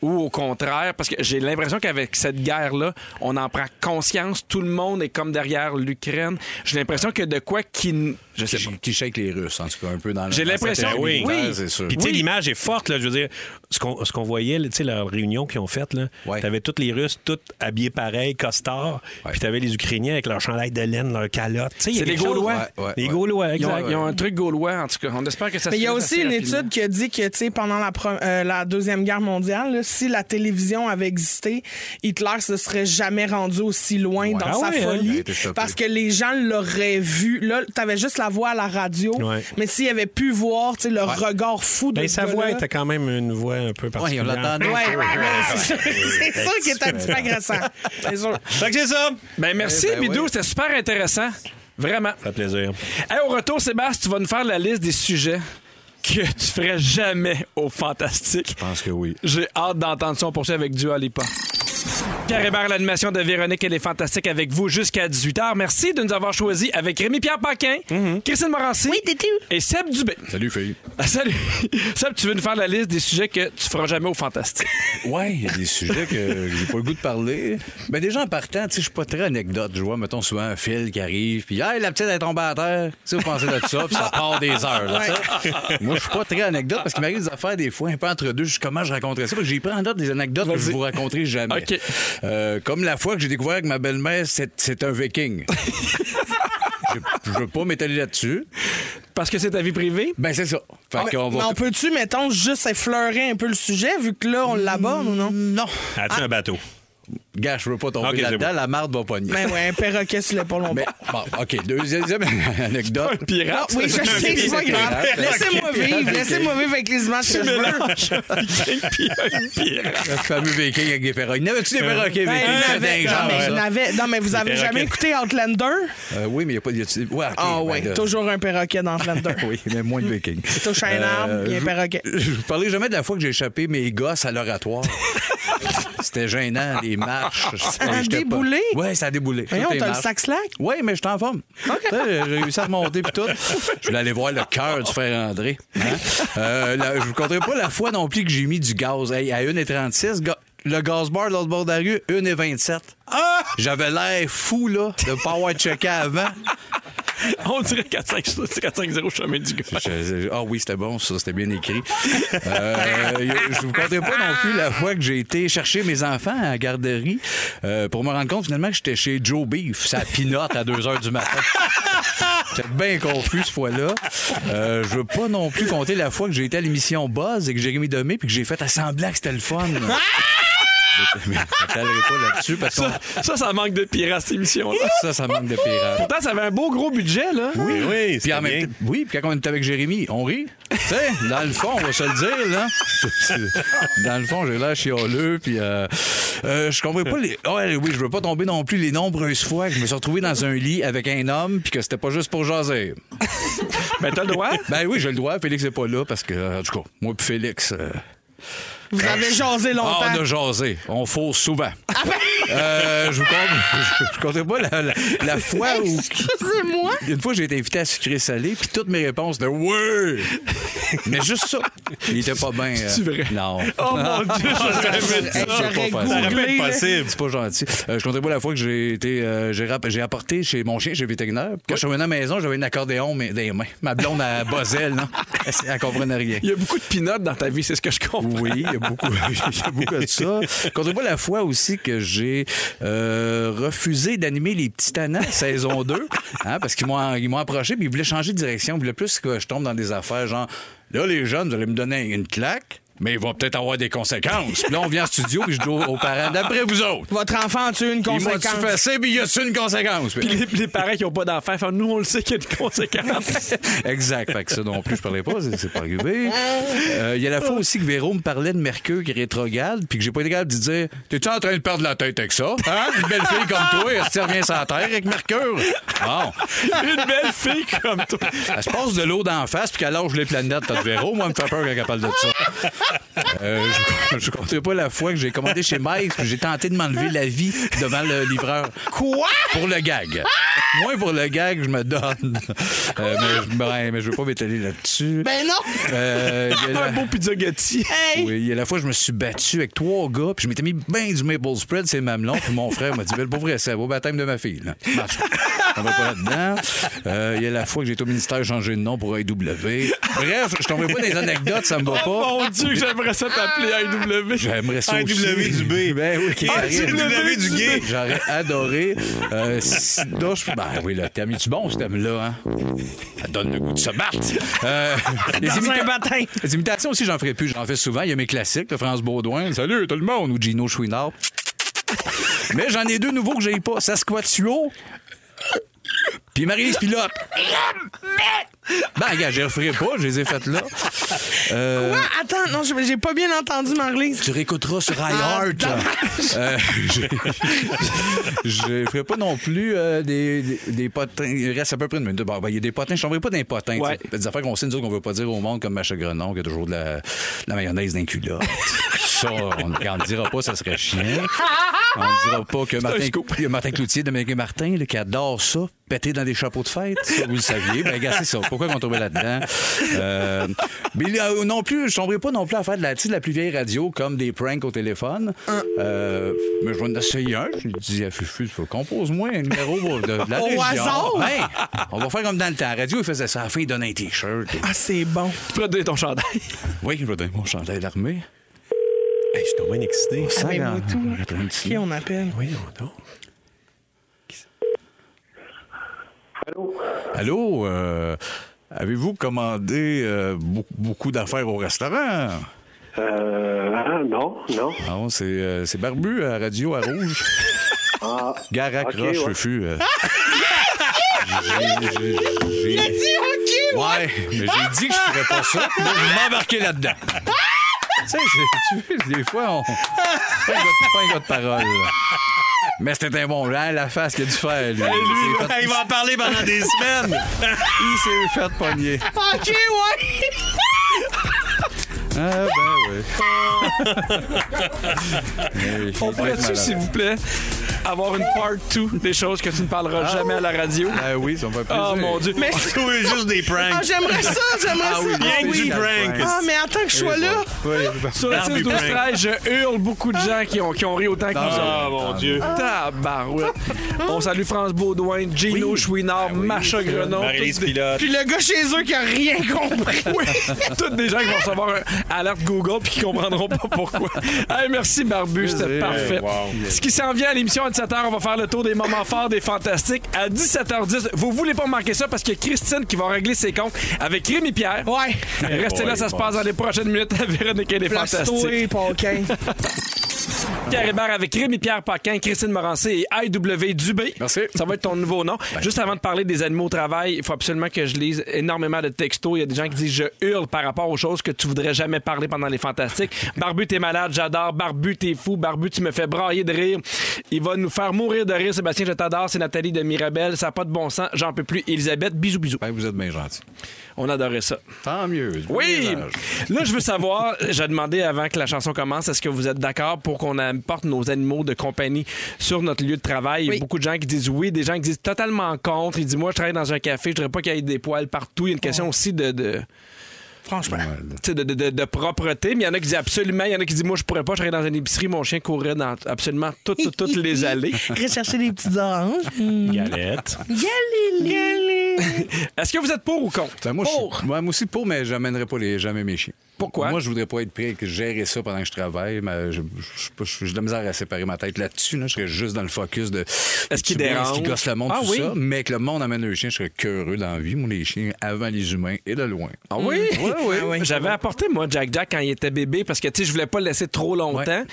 ou au contraire? Parce que j'ai l'impression qu'avec cette guerre-là, on en prend conscience. Tout le monde est comme derrière l'Ukraine. J'ai l'impression que de quoi qui. n- Je sais pas. Qui, qui shake les Russes, en tout cas, un peu dans le- J'ai dans l'impression- cette oui. militaire, c'est sûr. Puis, tu sais, l'image est forte, là. Je veux dire, ce qu'on ce qu'on voyait, là, tu sais, la réunion qu'ils ont faite, là. T'avais tous les Russes, tous habillés pareil, costards. Puis t'avais les Ukrainiens avec leur chandail de laine, leur calotte. Tu sais, il y a C'est les quelque chose- Gaulois. Ouais, ouais, Les ouais. Gaulois, Ils exact. ont, ils ont un truc gaulois, en tout cas. On espère que ça Mais se il y a finisse aussi assez une rapidement. étude qui a dit que, tu sais, pendant la, pre- euh, la Deuxième Guerre mondiale, là, si la télévision avait existé, Hitler ne serait jamais rendu aussi loin dans Ah sa ouais, hein? Il a folie. été stoppé. Parce que les gens l'auraient vu. Là, t'avais juste la voix à la radio. Ouais. Mais s'ils avaient pu voir, tu sais, le regard fou de Ben, ce sa voix gars-là- était quand même une voix un peu Ouais, on particulière. l'entendait. Ouais, c'est sûr- c'est sûr qu'il était un petit peu agressant. C'est sûr. Fait que c'est ça. Ben, merci, Bidou. C'était super intéressant. Vraiment. Ça fait plaisir. Hey, au retour, Sébastien, tu vas nous faire la liste des sujets que tu ferais jamais au Fantastique. Je pense que oui. J'ai hâte d'entendre ça. On poursuit avec Dua Lipa. Pierre Hébert, l'animation de Véronique et les Fantastiques avec vous jusqu'à 18h. Merci de nous avoir choisis avec Rémi-Pierre Paquin, Mm-hmm. Christine Morancy et Seb Dubé. Salut, fille. Ah, Salut. Seb, tu veux nous faire la liste des sujets que tu feras jamais au Fantastique. Ouais, il y a des sujets que j'ai pas le goût de parler. Mais déjà en partant, tu sais, je suis pas très anecdote. Je vois, mettons, souvent un fil qui arrive, puis hey, la petite est tombée à terre. Si vous pensez de ça, puis ça part des heures. là, tu sais. Moi, je suis pas très anecdote parce qu'il m'arrive des affaires des fois un peu entre deux. Je sais comment je raconterais ça. Parce que j'ai pris en note des anecdotes que je vous raconterai jamais. OK. Euh, comme la fois que j'ai découvert que ma belle-mère, c'est c'est un viking. Je- Je veux pas m'étaler là-dessus. Parce que c'est ta vie privée. Ben, c'est ça. Fait Ah, Mais- qu'on mais va. on peut-tu, mettons, juste effleurer un peu le sujet, vu que là, on Hmm. l'aborde ou non? Non. Ah! As-tu un bateau? Gars, je veux pas tomber OK, c'est là-dedans. bon. La marde va pogner. Ben ouais, un perroquet sur l'épaule, on Ben, Mais, bon, OK, deuxième anecdote. pirate. Oui, je C'est un sais, c'est pas pirate. grave. Ok. Laissez-moi vivre, laissez-moi vivre avec les images que je veux. euh, Le fameux viking avec des perroquets. Euh, N'avais-tu des perroquets, Ben, viking? il C'est n'avait- dingue, non, genre, mais il ça. n'avait- non, mais vous avez perroquets. jamais écouté Outlander? Euh, oui, mais il n'y a pas... y a-tu des- Ouais, OK, Ah ben, ouais, là. toujours un perroquet dans Outlander. Oui, mais moins de viking. Touche à un arbre, il y a un Euh, je- perroquet. Je vous parlais jamais de la fois que j'ai échappé mes gosses à l'oratoire. C'était gênant, les marches. a déboulé? Oui, ça a déboulé. Voyons, Toutes les t'as le marches. sac slack? Oui, mais je suis en forme. Tu sais, J'ai réussi à remonter puis tout. Je voulais aller voir le cœur du frère André. hein. Euh, la- je vous compterai pas la fois non plus que j'ai mis du gaz. Hey, à 1,36, ga- le gaz bar de l'autre bord de la rue, 1,27. J'avais l'air fou, là, de pas avoir checké avant. On dirait 4-5-0 chemin du gars. Je- je- Ah oui, c'était bon, ça, c'était bien écrit. Euh, y a- je vous compterai pas non plus la fois que j'ai été chercher mes enfants à la garderie euh, pour me rendre compte finalement que j'étais chez Joe Beef, ça pinote à 2 h du matin. J'étais bien confus cette fois-là. Euh, je veux pas non plus compter la fois que j'ai été à l'émission Buzz et que j'ai remis Domé puis que j'ai fait à semblant que c'était le fun. Mais je m'étalerai pas là-dessus parce que Ça, ça manque de pirate, cette émission-là. ça, ça manque de pirates. Pourtant, ça avait un beau gros budget, là. Oui, oui, Puis en c'est même bien. temps- oui, puis quand on est avec Jérémy, on rit. tu sais, dans le fond, on va se le dire, là. dans le fond, j'ai l'air chialeux, puis euh, euh, je comprends pas les... Ouais, oui, je veux pas tomber non plus les nombreuses fois que je me suis retrouvé dans un lit avec un homme, puis que c'était pas juste pour jaser. Ben, t'as le droit. Ben oui, j'ai le droit, Félix est pas là, parce que, euh, en tout cas, moi puis Félix... euh, Vous avez jasé ah, longtemps. Ah, ben. on a jasé. On fausse souvent. Euh, je vous compte, je, comptais pas la, la- la fois où. Excusez-moi. Une fois, j'ai été invité à sucrer salé, puis toutes mes réponses de ouais. Mais juste ça. Il était pas bien. euh, C'est-tu vrai? Non. Oh, mon Dieu, j'aurais aimé ça. Je peux J'aurais pas faire googlé, Ça aurait ça. pu être là. possible. C'est pas gentil. Euh, je comptais pas la fois que j'ai été, euh, j'ai, rap- j'ai apporté chez mon chien, chez le vétérinaire. Quand je suis revenu à la maison, j'avais un accordéon mais, dans les mains. Ma blonde à Bozelle, non? Elle, elle comprenait rien. Il y a beaucoup de pinottes dans ta vie, c'est ce que je comprends. Oui, il y a beaucoup, il y a beaucoup de ça. Comptez pas la fois aussi que j'ai euh, refusé d'animer les petits tannants saison 2, hein, parce qu'ils m'ont, ils m'ont approché, puis ils voulaient changer de direction. Puis le plus que je tombe dans des affaires, genre, là, les jeunes, vous allez me donner une claque. Mais il va peut-être avoir des conséquences. Puis là, on vient en studio, puis je dis aux aux parents, d'après vous autres, Votre enfant a tué une ils m'ont-tu conséquence. fait ça, puis y a-tu une conséquence? Puis- Puis les, les parents qui n'ont pas d'enfants, font, nous, on le sait qu'il y a des conséquences. exact. Fait que ça non plus, je parlais pas, c'est- c'est pas arrivé. Euh, Il y a la fois aussi que Véro me parlait de Mercure qui est rétrograde, puis que j'ai pas été capable de dire T'es-tu en train de perdre la tête avec ça? Hein? Une belle fille comme toi, elle se revient sans terre avec Mercure. Bon. Une belle fille comme toi. Elle se passe de l'eau d'en face, puis qu'elle lâche les planètes, t'as de Véro. Moi, elle me fait peur quand elle parle de ça. Euh, je, je comptais pas la fois que j'ai commandé chez Mike, puis j'ai tenté de m'enlever la vie devant le livreur. Quoi? Pour le gag. Moi, pour le gag, je me donne. Euh, mais, je- ben, mais je veux pas m'étaler là-dessus. Ben non! Euh, il y a Un la- beau pizzagatti. Hey! Oui, il y a la fois, je me suis battu avec trois gars, puis je m'étais mis bien du maple spread, c'est mamelon, puis mon frère m'a dit, ben, le pauvre, c'est au baptême de ma fille. là. En tout cas, On va pas là-dedans. Euh, il y a la fois que j'ai été au ministère changer de nom pour AW. Bref, je tomberai pas dans les anecdotes, ça me va pas. Mon Dieu, que j'aimerais ça t'appeler AW. J'aimerais ça AW aussi. du B. Ben oui, qui arrive. AW du gay. J'aurais adoré. Euh, sinon, je... Ben oui, le thème, est bon, ce thème-là? Hein? Ça donne le goût de se battre. Euh, les Dans imita- un baptême. les imitations aussi, j'en ferai plus. J'en fais souvent. Il y a mes classiques, le France Baudouin, Salut tout le monde, ou Gino Chouinard. Mais j'en ai deux nouveaux que j'ai pas. Sasquattuo. Puis Marie-Lise Pilote. Ben, regarde, je les referai pas, je les ai faites là. Euh, Quoi? Ah, Attends, non, j'ai j'ai pas bien entendu Marlise. tu réécouteras sur iHeart. Euh, j'ai- Je ne ferai pas non plus euh, des, des, des potins. Il reste à peu près une minute. Bon, ben, il y a des potins. Je ne tomberai pas d'un potin. Ouais. Des affaires qu'on sait, nous autres, qu'on ne veut pas dire au monde, comme Macha Grenon, qui a toujours de la, de la mayonnaise d'un culotte. ça, on ne le dira pas, ça serait chiant. On ne dira pas que Martin, scoop. il y a Martin Cloutier, Dominique et Martin, là, qui adore ça, péter dans des chapeaux de fête. Ça, vous le saviez. Ben, gars, c'est ça. Pourquoi qu'on tombait là-dedans? Euh, mais euh, non plus, je tomberai pas non plus à faire de la, tu sais, de la plus vieille radio, comme des pranks au téléphone. Hein. Euh, mais je vais en essayer un. Je lui dis à Fufu, compose-moi un numéro de, de la Au région. hasard? Hey, on va faire comme dans le temps. La radio, il faisait ça. À la fin, il donnait un T-shirt. Ah, c'est bon. Tu pourrais te donner ton chandail. Oui, je vais donner mon chandail d'armée. Hey, je suis trop bien excité. Ah, ben, moi, tout. Attends un petit- Qui on appelle? Oui, on donc. Allô, euh, avez-vous commandé euh, beaucoup, beaucoup d'affaires au restaurant? Euh, ah, non, non. Non, c'est, euh, c'est Barbu à Radio à Rouge. Ah, Garac Ok, Roche, ouais. Fufu, euh. J'ai- j'ai- j'ai- Ouais, mais j'ai dit que je ferais pas ça. mais je vais m'embarquer là-dedans. tu sais, c'est- tu veux, des fois, on. Pas un gars de- pas un gars de parole. là. Mais c'était un bon. Là, la face qu'il a dû faire, lui. Il s'est fait- Il va en parler pendant des semaines. Il s'est fait pogner. Ok, ouais! Ah, ben oui. Hey, On il doit être pourrait-tu, Eh malade. s'il vous plaît, avoir une part 2 des choses que tu ne parleras jamais à la radio? Ah oui, ça me fait plaisir. Oh mon Dieu. Mais Oui, juste des ah, pranks. j'aimerais ça, j'aimerais ça. oui, bien ah, du oui. prank. Ah, mais attends que je sois là. Sur le 6 12 13 je hurle beaucoup de gens qui ont, qui ont ri autant que nous autres. Ah, mon Dieu. Tabarouette. On salue France Baudouin, Gino Ah Chouinard, Macha Grenon. Marie-Lise toutes des- Pilote. Puis le gars chez eux qui a rien compris. Oui, toutes des gens qui vont recevoir un alerte Google puis qui comprendront pas pourquoi. Hey, merci Barbu, c'était parfait. Ce qui s'en vient à l'émission à 17h, on va faire le tour des moments forts des fantastiques à 17h10. Vous voulez pas manquer ça parce que Christine qui va régler ses comptes avec Rémi Pierre. Ouais. Restez là, ça se passe dans les prochaines minutes à Véronique et les Fantastiques. Place-toi, Paquin. Pierre Hébert avec Rémi Pierre Paquin, Christine Morancé et IW Dubé. Merci. Ça va être ton nouveau nom. Juste avant de parler des animaux au travail, il faut absolument que je lise énormément de textos. Il y a des gens qui disent je hurle par rapport aux choses que tu voudrais jamais parler pendant les fantastiques. Barbu, t'es malade, j'adore. Barbu, t'es fou. Barbu, tu me fais brailler de rire. Il va nous faire mourir de rire, Sébastien. Je t'adore. C'est Nathalie de Mirabel. Ça n'a pas de bon sens. J'en peux plus. Elisabeth, bisous, bisous. Ben, vous êtes bien gentil. On adorait ça. Tant mieux. Oui! Là, je veux savoir, j'ai demandé avant que la chanson commence, est-ce que vous êtes d'accord pour qu'on apporte nos animaux de compagnie sur notre lieu de travail? Il y a beaucoup de gens qui disent oui, des gens qui disent totalement contre. Ils disent, moi, je travaille dans un café, je voudrais pas qu'il y ait des poils partout. Il y a une question aussi de... de- Franchement. tu sais, de, de- de- de propreté, mais il y en a qui disent absolument, il y en a qui disent Moi, je pourrais pas, je serais dans une épicerie, mon chien courait dans absolument toutes, toutes, toutes les allées. Rechercher des petits oranges. Mm. Galette. Yali, yali. Est-ce que vous êtes pour ou contre? moi, je suis- moi, moi aussi pour, mais j'amènerai pas les, jamais mes chiens. Pourquoi? Moi, je voudrais pas être pris que gérer ça pendant que je travaille. mais je- je- je- je- J'ai de la misère à séparer ma tête là-dessus. là. Je serais juste dans le focus de Est-ce qu'il tu vois, dérange? Est-ce qu'il gosse le monde, Ah tout oui? ça. Mais que le monde amène le chien, je serais curieux dans la vie. Moi, les chiens avant les humains et de loin. Mm. Ah oui? J'avais apporté, moi, Jack Jack quand il était bébé parce que, tu sais, je voulais pas le laisser trop longtemps.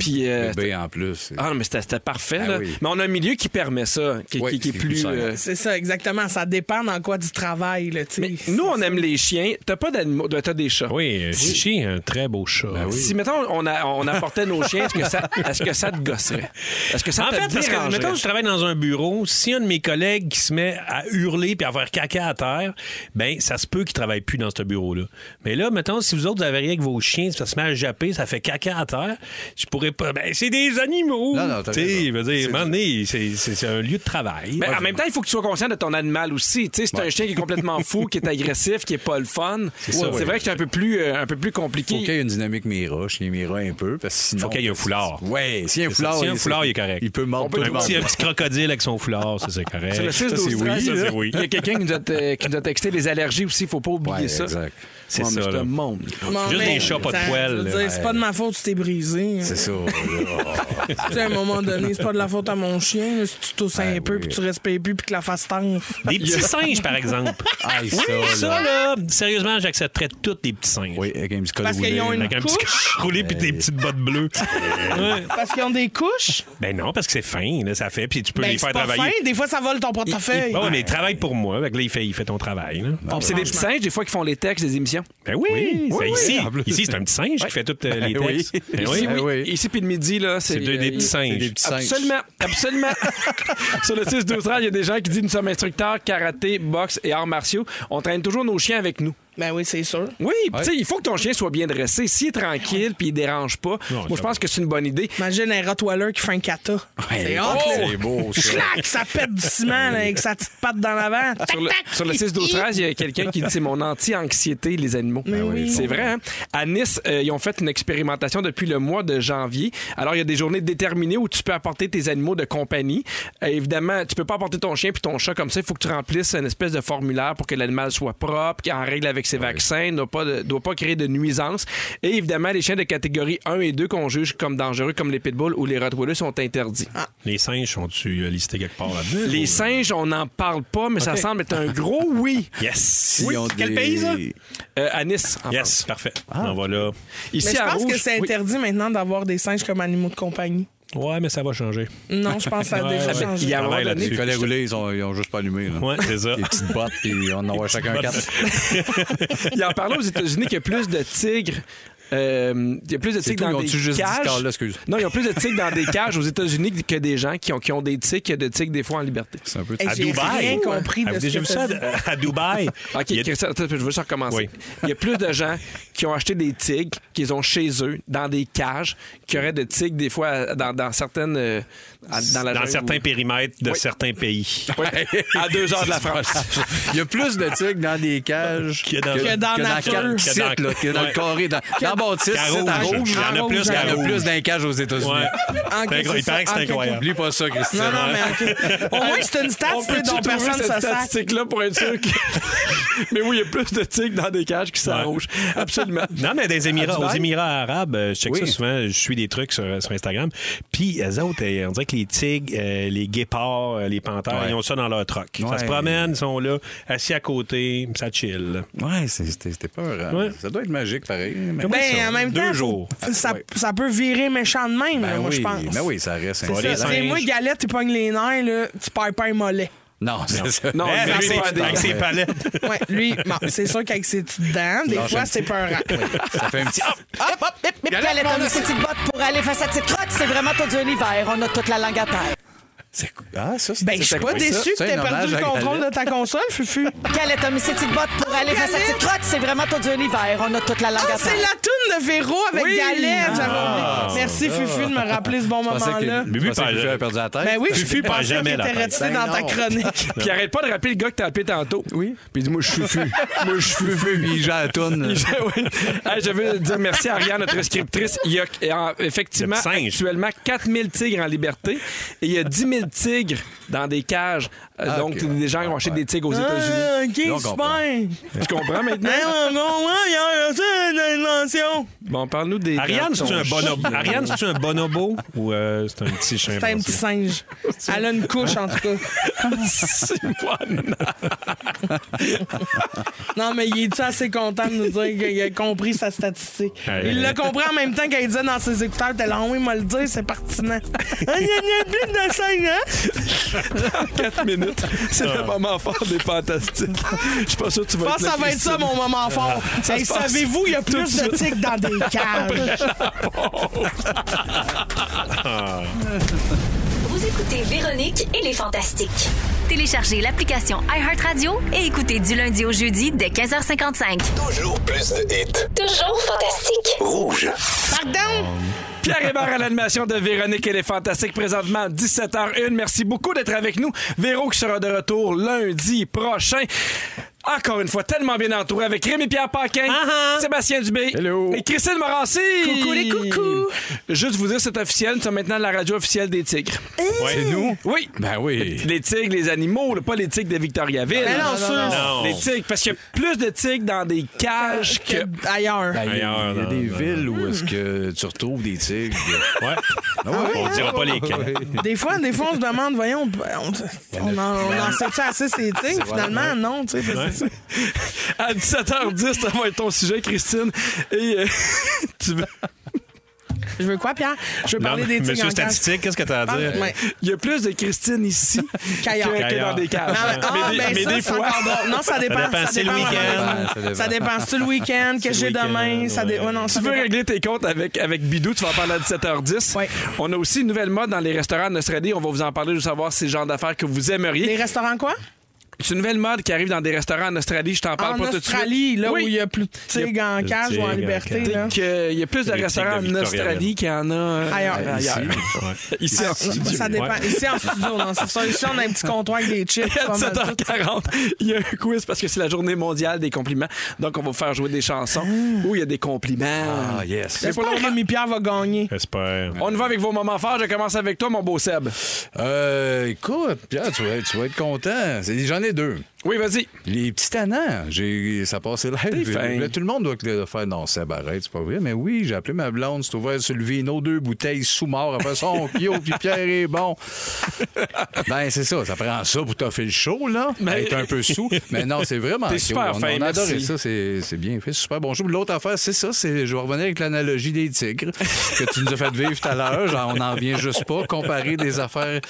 Puis. euh, Bébé Eh ben, en plus. Ah, mais c'était c'était parfait, Ben Ah là. oui. Mais on a un milieu qui permet ça, qui, qui- qui est plus. euh, C'est ça, exactement. Ça dépend dans quoi du travail. Là, tu sais. nous, on aime les chiens. T'as pas d'animaux. T'as des chats. Oui, Ah Chichi, un très beau chat. Si, mettons, on, a- on apportait nos chiens, est-ce que, ça- est-ce que ça te gosserait? Est-ce que ça en te fait, parce que, dérangerait? mettons, je travaille dans un bureau, si un de mes collègues qui se met à hurler puis à faire caca à terre, ben ça se peut qu'il travaille plus dans ce bureau-là. Mais là, mettons, si vous autres, vous avez rien avec vos chiens, ça se met à japper, ça fait caca à terre, je pourrais pas... Ben, c'est des animaux! Non, non, t'as Tu sais, raison. je veux dire, à un moment donné, c'est- c'est c'est un lieu de travail. Ben, en même temps, il faut que tu sois conscient de ton animal aussi. Tu sais, c'est un chien qui est complètement fou, qui est agressif, qui est pas le fun. C'est ça, oui. vrai que c'est un peu plus, euh, un peu plus compliqué. Faut qu'il y ait une dynamique Mira, chien Mira un peu, parce que sinon. Faut qu'il y ait un foulard. Ouais, s'il y a un C'est ça. foulard, S'il y a un foulard, il est correct. Il peut mordre tout le un monde. petit, un petit crocodile avec son foulard, ça, c'est correct. Sur le 6 Ça, c'est 12 oui, 13, ça, là, c'est oui. Il y a quelqu'un qui, nous a te- qui nous a texté les allergies aussi, faut pas oublier Ouais, ça. exact. C'est Ouais, mais ça, C'est là. un monde. Bon, Juste mais, des chats, pas de ça, poils, je veux là. dire, C'est pas de ma faute si t'es brisé. hein. C'est ça. Tu sais, à un moment donné, c'est pas de la faute à mon chien. là, si tu tousses Ben un peu, puis tu respectes plus, puis que la face tanfe. Des petits singes, par exemple. Aïe, ça, oui, là. ça, là. Sérieusement, j'accepterais toutes des petits singes. Oui, avec un petit Parce qu'ils ont une Avec un petit couche. roulé puis des petites bottes bleues. Ouais. Parce qu'ils ont des couches. Ben non, parce que c'est fin, là, ça fait. Puis tu peux Ben, les faire c'est pas travailler. fin, Des fois, ça vole ton portefeuille. Bon, mais il travaille pour moi. Fait que là, il fait, il fait ton travail. là. Puis C'est des petits singes, des fois, qui font les textes des émissions. Ben oui, c'est oui, ici. en plus. Ici, c'est un petit singe qui fait tous euh, les Ben oui. textes. Ben Ici, oui. Ici, puis le midi, là, c'est. C'est deux- des euh, petits singes. Des petits singes. Absolument, absolument. Sur le 6 12 il y a des gens qui disent nous sommes instructeurs, karaté, boxe et arts martiaux. On traîne toujours nos chiens avec nous. Ben oui, c'est sûr. Oui, puis tu sais, il faut que ton chien soit bien dressé. S'il est tranquille puis il dérange pas, moi, je pense que c'est une bonne idée. Imagine un Rottweiler qui fait un kata. C'est hot, là. C'est beau, ça. Clac, ça pète du ciment là, avec sa petite patte dans l'avant. Tac, Sur le, tac. sur le 6 12 13 il y a quelqu'un qui dit c'est mon anti-anxiété les animaux. C'est vrai. hein? À Nice, euh, ils ont fait une expérimentation depuis le mois de janvier. Alors il y a des journées déterminées où tu peux apporter tes animaux de compagnie. Euh, évidemment, tu peux pas apporter ton chien puis ton chat comme ça, il faut que tu remplisses une espèce de formulaire pour que l'animal soit propre, qu'il est en règle avec ses vaccins, ne doit pas de- doit pas créer de nuisances. Et évidemment, les chiens de catégorie 1 et 2 qu'on juge comme dangereux comme les pitbulls ou les rottweilers sont interdits. Les singes sont-tu euh, listés quelque part là-dedans? Les singes, on n'en parle pas, mais ça semble être un gros oui. Yes! Ils ont des- Euh, à Nice. en Yes, parfait. On va là. Ah. Ici, Mais je à pense Rouge, que c'est oui. interdit maintenant d'avoir des singes comme animaux de compagnie. Ouais, mais ça va changer. Non, je pense que ça a Ouais, déjà ouais. Il y changé. a un moment Travaille donné, là-dessus. Les collègues roulés, ils ont, ils ont juste pas allumé. Là. Ouais, c'est ça. Les petites bottes, puis on en envoie chacun quatre. il en parlait aux États-Unis qu'il y a plus de tigres. euh, il y a plus de C'est tigres tout, dans ils des ont-tu juste dit ce cages. corps-là, excuse? non, il y a plus de tigres dans des cages aux États-Unis que des gens qui ont, qui ont des tigres que de tigres des fois en liberté. C'est un peu. Hey, À J'ai rien Dubaï. compris de Avez-vous ce déjà que vu ça t'as dit. à, à Dubaï? OK, Il y a- Christian, attends, je veux juste recommencer. Oui. Il y a plus de gens qui ont acheté des tigres qu'ils ont chez eux, dans des cages, qu'il y aurait de tigres des fois à- dans, dans certaines. euh, à- dans la dans jungle certains ou- périmètres de Oui. certains pays. Ouais, à deux heures de la France. Il y a plus de tigres dans des cages Qu'il y a dans- Que dans nature. quatre Que sites, dans- là, que dans Ouais. le carré, dans, dans Baptiste, Qu'à c'est à rouge. rouge. Il y en a là. plus Il y qu'à en a rouge. plus dans les cages aux États-Unis. Ouais. En C'est incroyable. Il paraît que en c'est quelque- incroyable. Oublie pas ça, Christian. Non, non, mais Ben, OK. Au moins, c'est une stat, On c'est peut-tu dont trouver personne se cette sac. statistique-là pour être sûr que- Mais oui, il y a plus de tigres dans des cages qui s'arrangent. Absolument. Non, mais des Émirats, À aux Dubaï? Émirats arabes, euh, je check Oui. ça souvent, je suis des trucs sur, sur Instagram. Puis, eux autres, euh, on dirait que les tigres, euh, les guépards, euh, les panthères, Ouais. ils ont ça dans leur troc. Ouais. Ça se promène, ils sont là, assis à côté, ça chill. Ouais, c'est- c'était c'était peur. hein. Ouais. Ça doit être magique, pareil. Mais Ben, en même Deux temps, jours. faut- ça, ça peut virer méchant de même, là, Ben moi, oui, je pense. ben oui, ça reste. Faut un- aller- C'est singes. moi, galette, tu pognes les nerfs, là, tu perds pas un mollet. Non, c'est ça. Non, Eh, Mais lui, c'est- pas des- avec ses palettes. Ouais, lui, bon, c'est sûr qu'avec ses petites dents, des Non, fois, j'aime- c'est peurant. Ça fait un petit. hop! Hop, hop, hip, hip, Galette, galette, mon on a ses petites bottes pour aller faire sa petite crotte. C'est vraiment tout un hiver. On a toute la langue à terre. Ah, ça, c'est- Ben, je suis pas c'est- déçu que c'est t'aies un perdu hommage le à contrôle Galette. Ah, de ta console, Fufu. Ah, Galette, on a mis ses petites bottes pour aller faire sa petite crotte. C'est vraiment tout un hiver. On a toute la langue Ah, à terre. c'est la toune de Véro avec Oui. Galette. j'avais Ah. oublié. Merci, Ah. Fufu, de me rappeler ce bon Je pensais que- moment-là. je pensais que Fufu avait perdu la tête. Ben oui, Fufu, perd pensais qu'il était resté dans ta chronique. Puis arrête pas de rappeler le gars que t'as appelé tantôt. Oui. Puis il dit Moi, je suis fufu. Moi, je suis fufu. Puis il j'atonne. oui. Hey, je veux dire merci à Ariane, notre scriptrice. Il y a euh, effectivement Le singe. actuellement 4000 tigres en liberté et il y a 10 000 tigres dans des cages. Euh, Ah, Donc, ok, des gens ont acheté des tigres aux Ah, États-Unis. ok, super. Tu comprends maintenant? Hein, mon gars, ouais, il y a une invention. Bon, parle-nous des. Ariane, dans c'est ton un bonobo. chien. Ariane, c'est un bonobo ou euh, c'est un petit chien? C'est un petit singe. Elle a une couche, en tout cas. Non, mais il est-tu assez content de nous dire qu'il a compris sa statistique? Hey. Il l'a compris en même temps qu'elle disait dans ses écouteurs, t'es là, oui, il m'a le dire, c'est pertinent. Ah, Il y a une plus de singe, hein? Dans 4 minutes, Ah, c'est le moment fort des fantastiques. Je suis pas sûr que tu Je vas pense que être ça là, va être ça, Christine. mon moment fort. Ça Hey, se passe Savez-vous, il y a tout plus de suite. de tigres dans des cages. Vous écoutez Véronique et les Fantastiques. Téléchargez l'application iHeartRadio et écoutez du lundi au jeudi dès 15h55. Toujours plus de hits. Toujours fantastique. Rouge. Pardon? Pierre Hébert à l'animation de Véronique et les Fantastiques, présentement 17h01. Merci beaucoup d'être avec nous. Véro qui sera de retour lundi prochain. Encore une fois, tellement bien entouré avec Rémi-Pierre Paquin, Sébastien Dubé et Christine Morancy. Coucou les coucous. Juste vous dire, c'est officiel, nous sommes maintenant la radio officielle des Tigres. C'est nous? Oui. Ben oui. Les Tigres, les animaux, là, pas les Tigres de Victoriaville. Ben non, Non, sûr. non, Non. Les Tigres, parce qu'il y a plus de Tigres dans des cages que... Ailleurs. Ben, il y a, il y a des villes où est-ce que tu retrouves des tigres. ouais. On dira pas lesquels. Des fois, des fois, on se demande, voyons, on, on en, on en sait-tu assez ces tigres? Finalement, non, tu sais. parce que- À 17h10, ça va être ton sujet, Christine. Et euh, tu veux... Je veux quoi, Pierre? Je veux Non, parler des tigres monsieur en cage. statistique, qu'est-ce que t'as à dire? Parle- ouais. Il y a plus de Christine ici que, Qu'ailleurs. que dans des cages. Non, mais- ah, des- ben ça, des c'est encore drôle. Non, ça dépend. Ça dépend, c'est le dépend. week-end. Ouais, ça dépend. Ça dépend. C'est le week-end que j'ai demain. Ça dé- ouais, non, ça Tu veux dépend. régler tes comptes avec, avec Bidou, tu vas en parler à 17h10. On a aussi une nouvelle mode dans les restaurants de Nostradi. On va vous en parler, je veux savoir si c'est le genre d'affaires que vous aimeriez. Les restaurants quoi? C'est une nouvelle mode qui arrive dans des restaurants en Australie. Je t'en parle En pas tout de suite. Australie, là Oui. où il y a plus de tigres en cage ou en liberté. là. Donc, euh, Il y a plus de Les tigres restaurants de en Australie Victoriaville. qu'il y en a euh, Ailleurs. Ah, ailleurs. Ici, en studio. Ça dépend. Ouais. Ici en studio, non, c'est ça. Ici, on a un petit comptoir avec des chips. À pas mal tout. 17h40, il y a un quiz parce que c'est la journée mondiale des compliments. Donc, on va vous faire jouer des chansons où il y a des compliments. Ah, yes. C'est pas J'espère que long. Rémi Pierre va gagner. J'espère. On y va avec vos moments forts. Je commence avec toi, mon beau Seb. Euh, écoute, Pierre, tu vas, tu vas être content. C'est- J'en ai deux. Oui, vas-y. Les petits tannants, j'ai, ça passait T'es live. fin. Là, tout le monde doit le faire. Non, c'est barrette, c'est pas vrai. Mais oui, j'ai appelé ma blonde, c'est ouvert sur le vino, deux bouteilles sous mort. Après ça, on pio, puis Pierre est bon. Ben, c'est ça, ça prend ça pour t'offrir le show, là. Mais- Être un peu sous. Mais non, c'est vraiment T'es cute. super on, fin, on a merci. adoré ça, c'est, c'est bien fait. Super bon show. L'autre affaire, c'est ça, c'est, je vais revenir avec l'analogie des tigres que tu nous as fait vivre tout à l'heure. Genre, on n'en vient juste pas. Comparer des affaires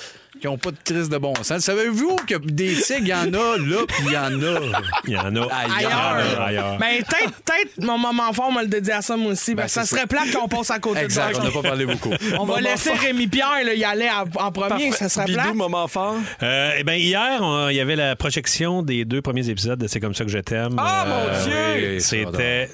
qui n'ont pas de triste de bon sens. Savez-vous que des tigres, il y en a là, puis il y en a Ah, Il y en a ailleurs. ailleurs. Ben, peut-être, peut-être, mon moment fort, on va le dédier à ça, moi aussi. parce que ça c'est serait plate qu'on passe à côté Exact, de on ça. n'a pas parlé beaucoup. On va Moment laisser fort. Rémi Pierre là, y aller en, en premier, ça serait Bidou, plate. moment fort. Euh, eh bien, hier, on- il y avait la projection des deux premiers épisodes de C'est comme ça que je t'aime. Euh, Ah, mon Dieu! oui, ça va C'était,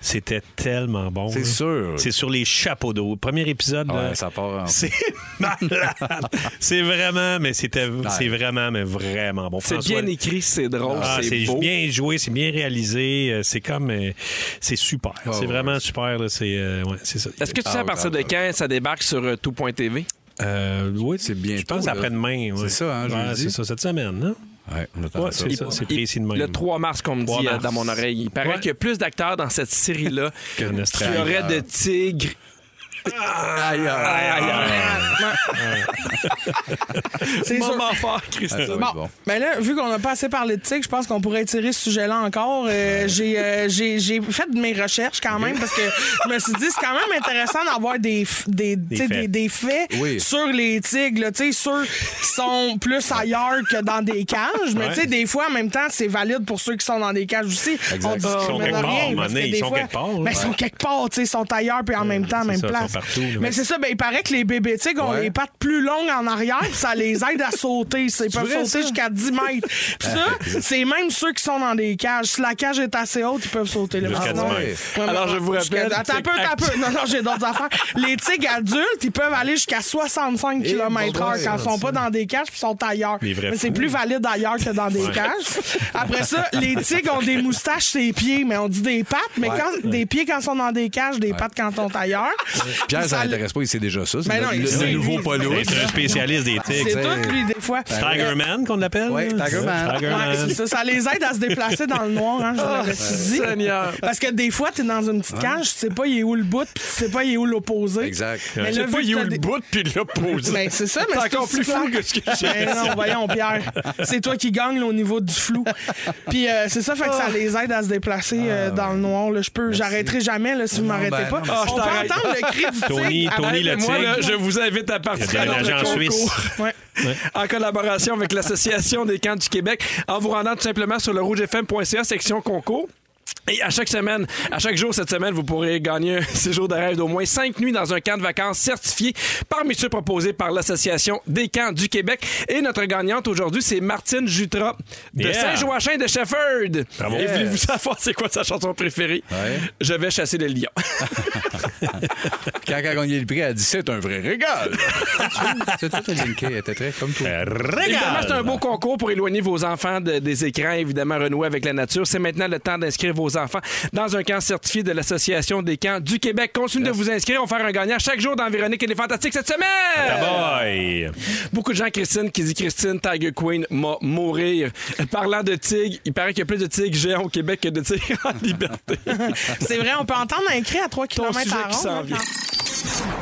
c'était tellement bon. C'est là. sûr. C'est sur les chapeaux d'eau. Premier Ah épisode. Ouais, là, ça part en- C'est malade. c'est vraiment, mais c'était, c'est vraiment, mais vraiment bon. C'est François- bien écrit, c'est drôle, Ah, c'est c'est beau. bien joué, c'est bien réalisé. euh, C'est comme, euh, c'est super. c'est ouais, vraiment super. là, c'est, euh, ouais, c'est ça. Ah Est-ce que tu sais à partir de quand ça débarque sur euh, tout.tv? Euh, oui, C'est bientôt. je pense là. après-demain. ouais. C'est ça, hein, je Ouais, vous le dis. C'est ça, cette semaine, hein? non? Ouais, on attend Ouais, ça. c'est ça, c'est Il- précis de même. Le 3 mars, qu'on me 3 dit euh, mars. dans mon oreille. Il paraît Ouais. qu'il y a plus d'acteurs dans cette série-là Que qui Nostradamus. auraient de tigres Aïe, aïe, aïe, aïe. C'est Moment sûr. fort, Christophe. Ah, ça va être Bon. bon. Ben là, vu qu'on n'a pas assez parlé de tic, je pense qu'on pourrait tirer ce sujet-là encore. Euh, j'ai, euh, j'ai, j'ai fait de mes recherches quand même parce que je me suis dit, c'est quand même intéressant d'avoir des, f- des, tu sais, faits. des, des faits Oui. sur les tigres, là, tu sais, ceux qui sont plus ailleurs que dans des cages. Mais Ouais. tu sais, des fois, en même temps, c'est valide pour ceux qui sont dans des cages aussi. Exact. On dit Ils sont qu'on quelque donne part, rien, à un moment parce que donné, ils des sont fois- quelque part, là. Ben, ils sont Ouais. quelque part, tu sais, ils sont ailleurs puis en même temps, même ça, ils place. sont partout, là. Mais c'est ça, ben, il paraît que les bébés tigres ont Ouais. les pattes plus longues en arrière, puis ça les aide à sauter. C'est C'est peuvent vrai, sauter ça? Ah, jusqu'à 10 mètres. Puis ça, c'est même ceux qui sont dans des cages. Si la cage est assez haute, ils peuvent Ah, sauter. là. Jusqu'à 10 Ouais. mètres. Ouais, mais Alors, je vous jusqu'à- rappelle Attends un peu, que- attends un peu. Non, non, j'ai d'autres affaires. Les tigres adultes, ils peuvent aller jusqu'à 65 Eh, km/h bon, quand ils ouais, sont pas dans des cages, puis ils sont ailleurs. Les vrais Mais c'est fous. plus valide ailleurs que dans des Ouais. cages. Après ça, les tigres ont des moustaches, ses pieds, mais on dit des pattes, mais Ouais. quand des pieds quand ils sont dans des cages, des pattes quand ils sont ailleurs. Pierre, ça Ça- l'intéresse pas, il sait déjà ça. C'est Ben le- non, il le, sait, le nouveau lui. polo. C'est un spécialiste des tigres. C'est tout, lui, des fois. Tiger Man qu'on l'appelle? Ouais, là? Tiger Man. Tiger Ouais, hein. Man. c'est ça, ça les aide à se déplacer dans le noir, hein, je vous l'avais Oh, dit. Seigneur. Parce que des fois, t'es dans une petite cage, tu sais pas il est où le bout, puis tu sais pas il est où l'opposé. Exact. Euh, Tu sais pas il est où le bout, puis l'opposé. Ben, c'est ça, mais C'est encore aussi plus fou flac. que ce que j'ai Ben non, voyons, Pierre. C'est toi qui gagne là, au niveau du flou. Puis euh, c'est ça, fait que ça Ah. les aide à se déplacer euh, dans le noir. là. Je peux, j'arrêterai jamais là, si vous m'arrêtez ben, pas. non, mais c'est- On peut Ah, je t'arrête. entendre le cri du Tony, tigre. Ah, Tony, Arrête, le Moi, là, tigre. je vous invite à participer à Il y a notre des concours agents suisses. ben, Ouais. en collaboration avec l'Association des camps du Québec en vous rendant tout simplement sur le rougefm.ca section concours. Et à chaque semaine, à chaque jour cette semaine, vous pourrez gagner un séjour de rêve d'au moins cinq nuits dans un camp de vacances certifié parmi ceux proposés par l'Association des camps du Québec. Et notre gagnante aujourd'hui, c'est Martine Jutra de Yeah. Saint-Joachim de Shefford. Bravo. Et Yeah. voulez-vous savoir c'est quoi sa chanson préférée? Je vais chasser les lions. Quand elle a gagné le prix, elle a dit c'est un vrai régal. Euh, c'est tout linké, elle était très comme toi. Évidemment, c'est un beau concours pour éloigner vos enfants de- des écrans, évidemment renouer avec la nature. C'est maintenant le temps d'inscrire vos enfants dans un camp certifié de l'Association des camps du Québec. Continuez de vous inscrire. On va faire un gagnant chaque jour dans Véronique et les Fantastiques cette semaine. Taboy. ben. Beaucoup de gens, Christine, qui dit Christine, Tiger Queen m'a mourir. Parlant de tigres, il paraît qu'il y a plus de tigres géants au Québec que de tigres en liberté. C'est vrai, on peut entendre un cri à 3 km sujet à qui s'en ronde. vient.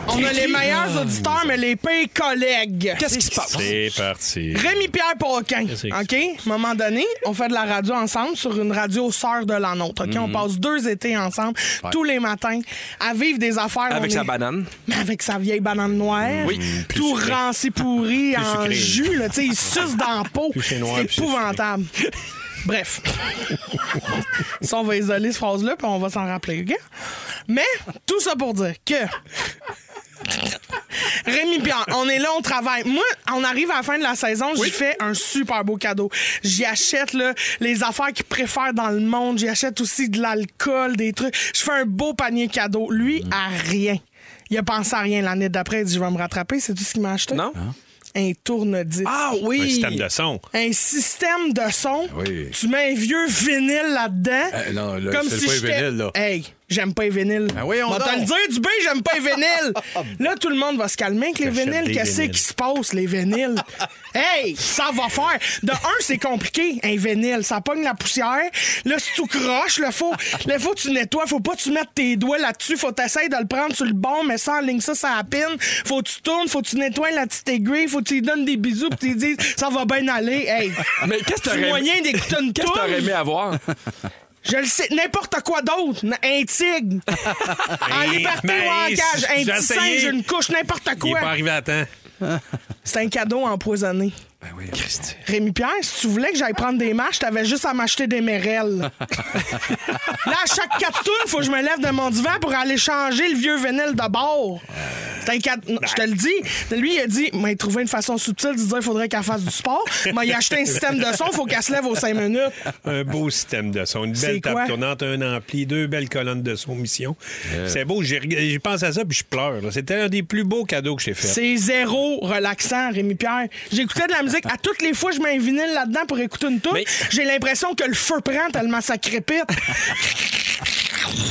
On a les meilleurs auditeurs, mais les pires collègues. Qu'est-ce qui se passe? C'est parti. Rémi-Pierre Paquin, Qu'est-ce que OK? À un moment donné, on fait de la radio ensemble sur une radio sœur de la nôtre, OK? On Mhm. passe deux étés ensemble, Ouais. tous les matins, à vivre des affaires. Avec on sa est- banane. Mais avec sa vieille banane noire, Oui. Mhm, plus tout sucré. ranci pourri Plus en sucré. jus, là, tu sais, il suce dans la peau. Plus c'est noir, C'est plus c'est épouvantable. Bref. ça, on va isoler cette phrase-là, puis on va s'en rappeler, OK? Mais, tout ça pour dire que Rémi Pierre, on est là, on travaille. Moi, on arrive à la fin de la saison, j'y fais un super beau cadeau. J'y achète là, les affaires qu'il préfère dans le monde. J'y achète aussi de l'alcool, des trucs. Je fais un beau panier cadeau. Lui, à rien. Il a pensé à rien l'année d'après. Il dit Je vais me rattraper. C'est tout ce qu'il m'a acheté? Non. Un tourne-disque. Ah Un système de son. Un système de son. Oui. Tu mets un vieux vinyle là-dedans. Euh, non, là, c'est pas un j'étais- vinyle, là. Hey, j'aime pas les vinyles. Ben voyons on va donc. te le dire, Dubé, j'aime pas les vinyles. Là, tout le monde va se calmer avec les T'achètes vinyles. des Qu'est-ce vinyles. qui se passe, les vinyles? hey, ça va faire. De un, c'est compliqué, un vinyle. Ça pogne la poussière. Là, si tu croches, là, faut, là, faut que tu nettoies. Faut pas que tu mettes tes doigts là-dessus. Faut t'essayer de le prendre sur le bon, mais sans ligne ça, ça pine. Faut que tu tournes, faut que tu nettoies la petite aiguille. Faut que tu lui donnes des bisous, puis tu lui dis, ça va bien aller. Hey, Mais qu'est-ce que tu t'aurais moyen d'écouter une Qu'est-ce que toune? t'aurais aimé avoir? Je le sais, n'importe quoi d'autre. N- Un tigre. en Mais- liberté mais ou en cage. Un j'ai petit essayé. singe, une couche, n'importe Il est quoi. pas arrivé à temps. C'est un cadeau empoisonné. Rémi Pierre, si tu voulais que j'aille prendre des marches, t'avais juste à m'acheter des mérelles. Là, à chaque quatre tours, faut que je me lève de mon divan pour aller changer le vieux vénile de bord. C'est un quatre- non, Je te le dis. Lui, il a dit, mais il trouvait une façon subtile de se dire qu'il faudrait qu'elle fasse du sport. Mais il a acheté un système de son, faut qu'elle se lève aux cinq minutes. Un beau système de son, une C'est belle quoi? table tournante, un ampli, deux belles colonnes de soumission. Yeah. C'est beau, j'ai reg- j'ai pensé à ça puis je pleure. là. C'était un des plus beaux cadeaux que j'ai fait. C'est zéro relaxant, Rémi Pierre. J'écoutais de la musique. À toutes les fois, je mets un vinyle là-dedans pour écouter une tour. J'ai l'impression que le feu prend tellement ça crépite.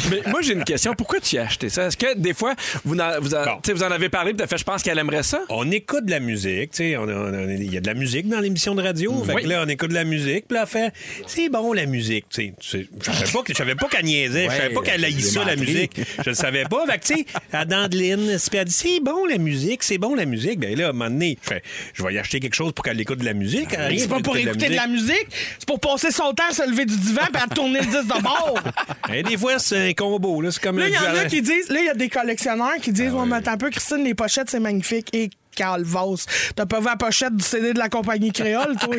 Mais moi, j'ai une question. Pourquoi tu as acheté ça? Est-ce que des fois, vous en, vous en- tu sais, vous en avez parlé, puis t'as fait, je pense qu'elle aimerait ça? On écoute de la musique, tu sais, on- on- on- il y a de la musique dans l'émission de radio. Mm. Fait Oui. que là, on écoute de la musique, puis là, elle fait, c'est bon la musique, tu sais. Tu sais. Je savais pas que- je savais pas qu'elle niaisait, je savais pas Ouais, qu'elle haïssait ça, la j'ai musique. Je le savais pas. Fait que, tu sais, elle dandeline, puis elle dit, c'est bon la musique, c'est bon la musique. Ben là, à un moment donné, je fais, je vais y acheter quelque chose pour qu'elle écoute de la musique. Elle Ah, C'est arrive pas pour écouter de la musique, c'est pour passer son temps à se lever du divan et à tourner le disque de bord. Et des fois, c'est un combo, là, c'est comme Là, le il y en a dual- qui disent, là, il y a des collectionneurs qui disent, ouais, mais attends un peu, Christine, les pochettes, c'est magnifique. Et Calvos. T'as pas vu la pochette du CD de la compagnie créole, toi?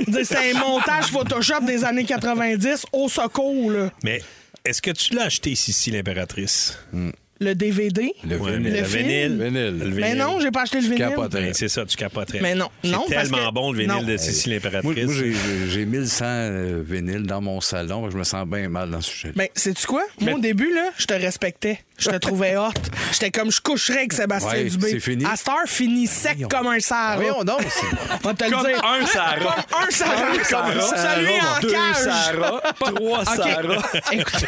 Je veux dire, c'est un montage Photoshop des années 90 au secours, là. Mais est-ce que tu l'as acheté, Sissi, l'impératrice? Le DVD. Le, vinyle. Le Le film. vinyle. Le Mais vinyle. non, j'ai pas acheté le Tu vinyle. capoterais. Ben, C'est ça, tu capoterais. Mais non, C'est non, parce tellement que- bon, le vinyle non. de Sissi Moi, l'impératrice. moi, j'ai- j'ai j'ai 1100 euh, vinyles dans mon salon. parce que Je me sens bien mal dans ce sujet. Ben, sais-tu quoi? Moi, au début, là, je te respectais. Je te trouvais hot. J'étais comme, je coucherais avec Sébastien Ouais, Dubé. c'est fini. À Star, fini sec comme un Sarah. Voyons donc, On va te le Comme dire. un Sarah. Comme un Sarah. Un Sarah. Comme Celui en Deux cage. Sarah. Trois Ok. Sarah. Écoute.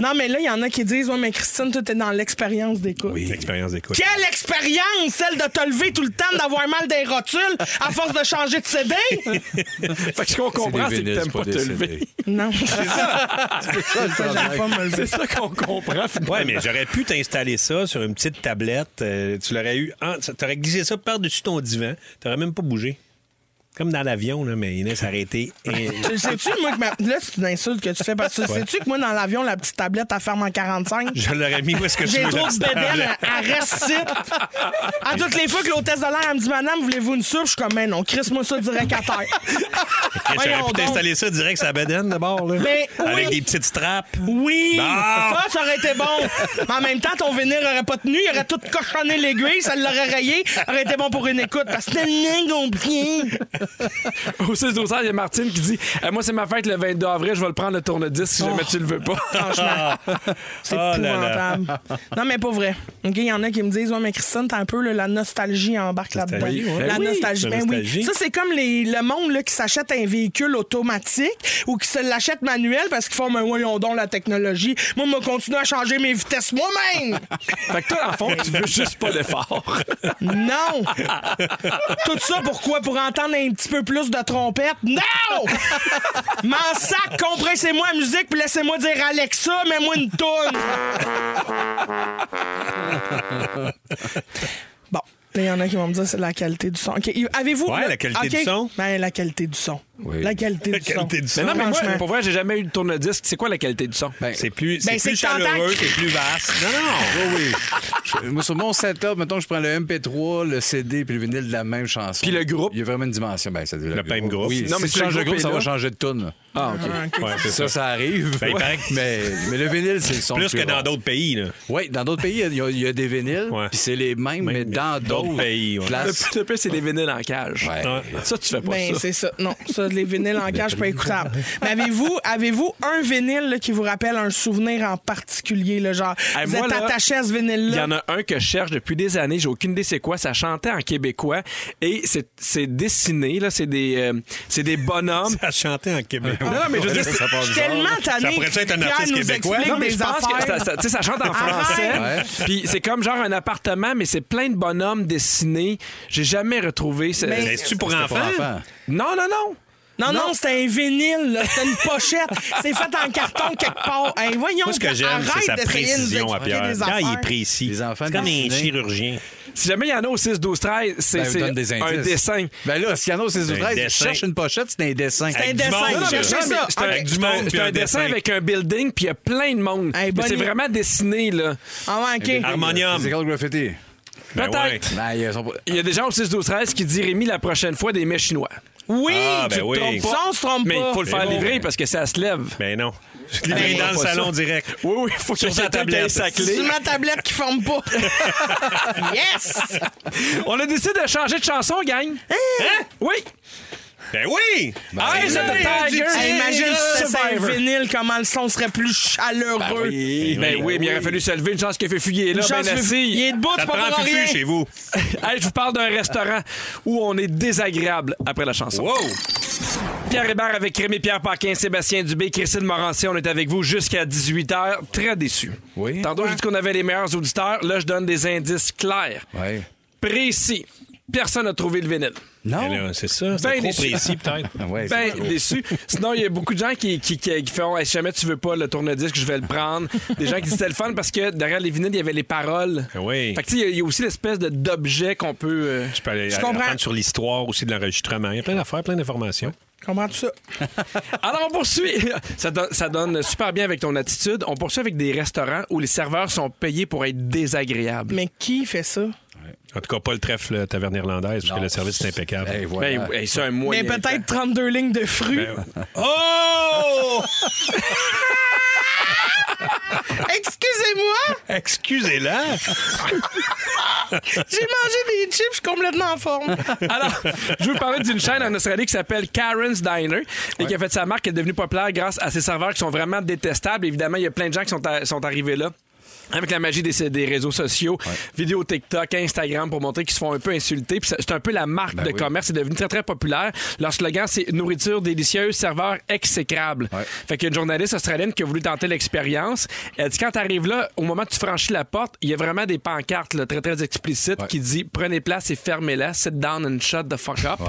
non, mais là, il y en a qui disent, ouais, mais Christine, toi, t'es dans l'expérience d'écoute. L'expérience d'écoute. Quelle expérience, celle de te lever tout le temps, d'avoir mal des rotules à force de changer de CD? fait que ce qu'on comprend, c'est que t'aimes pas te lever. non. C'est ça. j'aime pas me lever. C'est ça qu'on comprend. Ouais, mais j'aurais pu t'installer ça sur une petite tablette. euh, tu l'aurais eu. en- tu aurais glissé ça par-dessus ton divan. Tu n'aurais même pas bougé. Comme dans l'avion, là, mais Inès a arrêté. Et... Tu le Sais-tu, moi, que ma- là, c'est une insulte que tu fais parce que Ouais. sais-tu que moi, dans l'avion, la petite tablette, elle ferme en 45. Je l'aurais mis où est-ce que tu J'ai veux, trop la de petite bédaine, tablette? elle elle reste ici. À toutes les fois que l'hôtesse de l'air elle me dit Madame, voulez-vous une soupe Je suis comme, mais non, crisse-moi ça direct à terre. J'aurais Voyons pu donc. t'installer ça direct sur la bedaine d'abord. là. Mais Avec oui. des petites straps. Oui! Bon. Ça, ça aurait été bon! Mais en même temps, ton vénère aurait pas tenu, il aurait tout cochonné l'aiguille, ça l'aurait rayé, ça aurait été bon pour une écoute parce que c'était bien compliqué! Au 6 12 il y a Martine qui dit Eh, Moi, c'est ma fête le 22 avril, je vais le prendre le tourne-disque si jamais tu le veux pas. Franchement, Oh C'est épouvantable. Non, mais pas vrai. OK, il y en a qui me disent, ouais, mais Christine, t'as un peu là, la nostalgie embarque là-dedans. Nostalgie, ouais. La Ben oui, nostalgie, la ben nostalgie. oui. Ça, c'est comme les- le monde là, qui s'achète un véhicule automatique ou qui se l'achète manuel parce qu'ils font, mais voyons donc la technologie. Moi, je continue à changer mes vitesses moi-même. Fait que toi, en fond, tu veux juste pas l'effort. Non! Tout ça pourquoi? Pour entendre un petit peu plus de trompette? Non! M'en sac, compressez-moi la musique puis laissez-moi dire Alexa, mets-moi une toune! Bon. Là, il y en a qui vont me dire c'est la qualité du son. OK, y- Avez-vous. Ouais, là- la qualité OK. du son. Ben, la qualité du son. La qualité du Mais son. non, mais moi, Franchement. pour vrai, j'ai jamais eu de tourne-disque. C'est quoi la qualité du son? c'est plus, Ben, c'est que t'entends- vaste. Non, non. Oui, oui. Je- Moi, sur mon setup, mettons, je prends le MP3, le CD puis le vinyle de la même chanson. Puis le groupe. Il y a vraiment une dimension. Ben, ça, le, même groupe. Oui, Non, si mais tu si le changes de groupe groupe, est ça là. va changer de tune. Ah, OK. Ben, Ah, ok. Ouais, c'est ça. ça, ça arrive. Ben, il paraît que- mais, mais le vinyle, c'est le son. Plus que dans d'autres pays. Oui, dans d'autres pays, il y, a- il y a des vinyles, puis c'est les mêmes, mais dans d'autres pays. ouais. places. Le plus, c'est des vinyles en cage. Ça, tu fais pas Ben, ça. c'est ça. Non, ça, les vinyles en cage, pas écoutable. Mais avez-vous avez un vinyle là, qui vous rappelle un souvenir en particulier, là, genre, Hey, vous moi, êtes là, attaché à ce Il y vinyle-là? en a un que je cherche depuis des années, j'ai aucune idée c'est quoi. Ça chantait en québécois et c'est- c'est dessiné, là, c'est des, euh, c'est des bonhommes. Ça chantait en québécois. Non, non, mais je veux dire, Ça part Je suis tellement tannée Ça pourrait être un que Pierre artiste nous québécois. explique Non, mais des je pense que affaires. ça, ça- tu sais, ça chante en Arrête! français. Ouais. Puis c'est comme genre un appartement, mais c'est plein de bonhommes dessinés. J'ai jamais retrouvé. ce- Mais- Mais c'est-tu pour C'était pour enfants? enfants. Non, non, non. Non, non, c'était un vinyle, là, c'était une pochette. c'est fait en carton quelque part. Hey, voyons, Moi, ce que j'aime, c'est arrête sa d'essayer de nous précision à expliquer Pierre. des Quand il affaires. est précis. enfants C'est comme un dessinés. chirurgien. Si jamais il y en a au 6, 12, 13, c'est Ben, c'est donne des un indices. dessin. Ben là, s'il y en a au 16 C'est un 13, je dessin. cherche une pochette, c'est un dessin. C'est un dessin, Non, non, mais- cherchez non, mais ça. C'est un, Avec c'est du un- monde c'est puis un un dessin dessin. avec un building, puis il y a plein de monde. Mais bonne c'est idée. vraiment dessiné, là. Ah ouais, OK. ben Harmonium. Physical Graffiti. Ben Peut-être. ouais. Ben, ils sont pas- Il y a des gens au 6, 12, 13 qui disent Rémi, la prochaine fois, des mets chinois. Oui, Ah, ben tu te oui. trompes pas. Ça, on se trompe Mais il pas. faut le faire Mais bon. livrer parce que ça se lève. Ben non. Ben, Il est pas dans le ça. salon direct. Oui, oui, il faut que Sur sa quelqu'un qui ait tablette. sa clé. C'est ma tablette qui forme pas. yes! On a décidé de changer de chanson, gang. Hein? Oui. Ben oui! Eyes of the Tiger! Hey, imagine si c'était un Survivor. vinyle, comment le son serait plus chaleureux. Ben oui, mais il aurait fallu se lever. Une chance que Fufu est là, Une chance ben que assis. Fufu est debout, Ça c'est pas prend pour Fufu rien. chez vous. je vous parle d'un restaurant où on est désagréable après la chanson. Wow! Pierre Hébert avec Rémi Pierre Paquin, Sébastien Dubé, Christine Morancier, on est avec vous jusqu'à 18h. Très déçu. Oui. Tantôt, j'ai dit qu'on avait les meilleurs auditeurs. Là, je donne des indices clairs, précis. Personne n'a trouvé le vinyle. Non. Ah c'est ça. Ben déçu. ben déçu. Sinon, il y a beaucoup de gens qui, qui, qui, qui font Hey, Si jamais tu veux pas le tourne-disque, je vais le prendre. Des gens qui disent C'était le fun parce que derrière les vinyles, il y avait les paroles. Oui. Fait que, tu sais, il y a- il y, a aussi l'espèce de- d'objet qu'on peut. euh, Tu peux aller Je apprendre comprends. sur l'histoire aussi de l'enregistrement. Il y a plein d'affaires, plein d'informations. Comment tout ça? Alors, on poursuit. Ça, donne- ça donne super bien avec ton attitude. On poursuit avec des restaurants où les serveurs sont payés pour être désagréables. Mais qui fait ça? En tout cas, pas le trèfle euh, taverne irlandaise, parce que le service est impeccable. Ben, hey, ça, un moyen Mais peut-être 32 lignes de fruits. Ben Oh! Excusez-moi! Excusez-la! J'ai mangé des chips, je suis complètement en forme. Alors, je vais vous parler d'une chaîne en Australie qui s'appelle Karen's Diner et qui a fait sa marque, qui est devenue populaire grâce à ses serveurs qui sont vraiment détestables. Évidemment, il y a plein de gens qui sont, à- sont arrivés là. Avec la magie des, des réseaux sociaux, vidéos TikTok, Instagram, pour montrer qu'ils se font un peu insulter. Puis ça- c'est un peu la marque de commerce. C'est devenu très, très populaire. Leur slogan, c'est nourriture délicieuse, serveur exécrable. Fait qu'il y a une journaliste australienne qui a voulu tenter l'expérience. Elle dit quand t'arrives là, au moment que tu franchis la porte, il y a vraiment des pancartes là, très, très explicites qui dit prenez place et fermez-la. Sit down and shut the fuck up.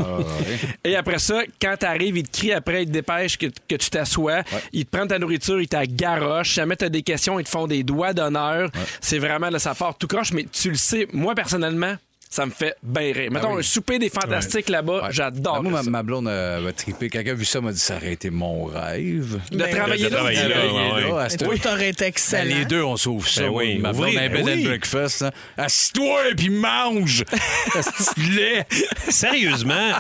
Et après ça, quand t'arrives, il te crie après, il te dépêche que, que tu t'assoies, il te prend ta nourriture, il t'agaroche, si jamais t'as des questions, ils te font des doigts d'honneur. C'est vraiment, là, ça part tout croche, mais tu le sais, moi, personnellement, ça me fait bien rire. Mettons, Ben oui. un souper des fantastiques là-bas, j'adore Ah, Moi, ma, ça. ma blonde euh, va triper. Quelqu'un a vu ça, m'a dit ça aurait été mon rêve. De travailler Ben, De là. travailler là, ouais, ouais. à cette- Toi, t'aurais été Ben, excellent. les deux, on sauve ça. Ben oui, ma blonde ouvrez, a un ben bed oui. and breakfast. hein. Assis-toi puis mange. Assis-le. Sérieusement,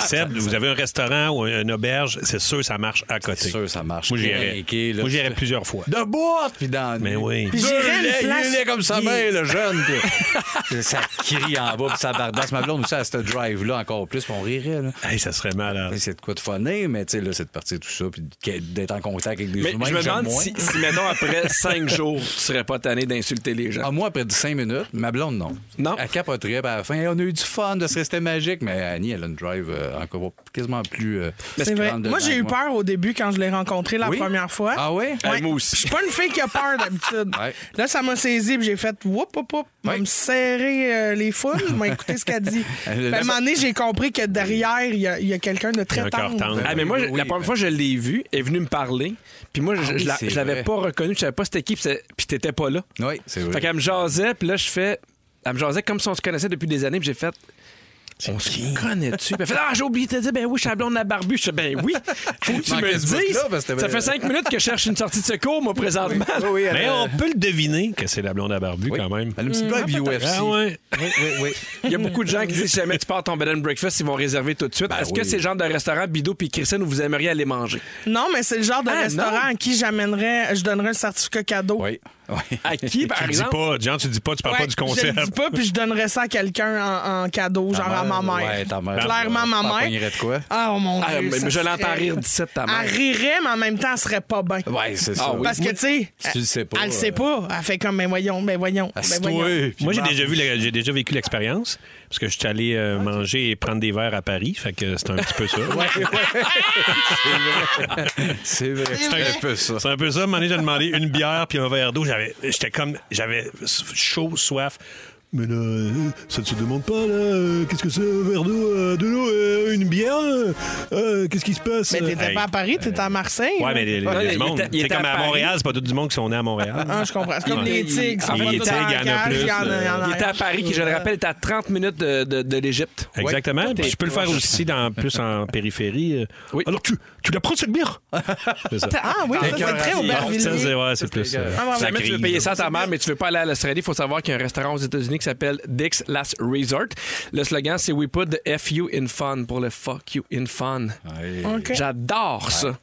Seb, vous avez un restaurant ou une auberge, c'est sûr ça marche à côté. C'est sûr ça marche. Moi, j'irais. Crinqué, là. Moi, j'irais plusieurs fois. De boîte, puis dans. Mais oui. Deux j'irais à une laits, il place est comme sa qui- mère, le jeune. puis- ça crie en bas, puis ça bardasse. Ma blonde aussi, à ce drive-là, encore plus, puis on rirait. Là. Hey, ça serait malade. C'est de quoi de funner, mais tu sais, là, c'est de partir tout ça, puis que- d'être en contact avec des Mais humains je que me j'aime demande moins. si, si, mettons, après cinq jours, tu serais pas tanné d'insulter les gens. Ah, moi, après 5 minutes, ma blonde, non. Non. Elle capoterait, puis à la fin, on a eu du fun, de ce restait magique, mais Annie, elle a une drive euh, encore quasiment plus. euh, C'est vrai. grande Moi, dedans j'ai que eu peur au début quand je l'ai rencontré la Oui? première fois. Ah ouais? Ouais. Hey, moi aussi. Je suis pas une fille qui a peur d'habitude. Là, ça m'a saisi puis j'ai fait whoop, whoop, whoop. Je vais me serrer euh, les foules, je vais écouter ce qu'elle dit. Puis, à un moment donné, j'ai compris que derrière, il y a, il y a quelqu'un de très tendre. Ah, mais moi, je- la première fois que je l'ai vu, elle est venue me parler. Puis moi, je, ben. Ah je oui, la- c'est je l'avais vrai. pas reconnu. Je savais pas c'était qui. Puis c'est- puis t'étais pas là. Oui, c'est vrai. Fait qu'elle me jasait. Puis là, je fais. Elle me jasait comme si on se connaissait depuis des années. Puis j'ai fait. On se connaît-tu? Puis elle fait Ah, j'ai oublié de te dire, ben oui, je suis la blonde à barbu. Je fais Ben oui, faut que tu Manquait me le ce bout-là, parce dises. que t'avais- Ça fait cinq minutes que je cherche une sortie de secours, moi, présentement. Mais euh, on peut le deviner que c'est la blonde à barbu quand même. Elle a une petite blague UFC. Ah ouais. Oui, oui, oui. Il y a beaucoup de gens qui disent si jamais tu pars ton bed and breakfast, ils vont réserver tout de suite. Est-ce que Ben oui. c'est le genre de restaurant, Bido puis Christine, où vous aimeriez aller manger? Non, mais c'est le genre de Ah, restaurant non. à qui j'amènerais, je donnerais un certificat cadeau. Oui. oui. À qui, par Tu le dis exemple? pas, Jean, tu le dis pas, tu parles Ouais, pas du Je le dis concept. pas, puis je donnerais ça à quelqu'un en, en cadeau, genre à ma mère. ouais, ta mère. Clairement, T'en ma mère. pognerais de quoi? Ah, oh mon Ah, Dieu. mais- ça mais je l'entends serait- rire 17, ta mère. Elle rirait, mais en même temps, elle serait pas bien. Ouais, c'est ça. Ah oui. Parce que, tu sais, Si tu le sais pas, elle le euh. sait pas. Elle fait comme, ben voyons, ben voyons. Ben Assis-toi, voyons. puis Moi, j'ai mange. déjà, vu la- j'ai déjà vécu l'expérience, parce que je suis allé euh, manger et prendre des verres à Paris, fait que c'est un petit peu ça. C'est vrai. C'est un peu ça. C'est un peu ça. À un moment donné, j'ai demandé une bière puis un verre d'eau. J'avais, j'étais comme, j'avais chaud, soif. Mais là, euh, ça te se demande pas, là, euh, qu'est-ce que c'est, un verre d'eau, euh, de l'eau, euh, une bière, euh, euh, qu'est-ce qui se passe? Mais t'étais Hey. pas à Paris, hein? t'étais à Marseille. Ouais, là. mais il y Ouais, a du il monde. était- il C'est était comme à à Paris. Montréal, c'est pas tout du monde qui sont nés à Ah, Montréal. je comprends. C'est comme Ouais. les tigres. ça Les va tout tigres, en il y en a cage, plus, euh. il y en a- il y en a- Il était à Paris, qui, je le rappelle, est à 30 minutes de, de, de l'Égypte. Exactement. Puis je peux le faire aussi dans, plus en périphérie. euh, Alors, tu, tu la prends, cette bière? C'est ça. Ah oui, ça, c'est Ça, très c'est, aubervillier. ouais, c'est plus. euh, Ah, ouais, ouais. ça Jamais tu veux crie, payer là. ça à ta mère, mais tu veux pas aller à l'Australie. Il faut savoir qu'il y a un restaurant aux États-Unis qui s'appelle Dick's Last Resort. Le slogan, c'est We put the F you in fun pour le fuck you in fun. OK. J'adore ça.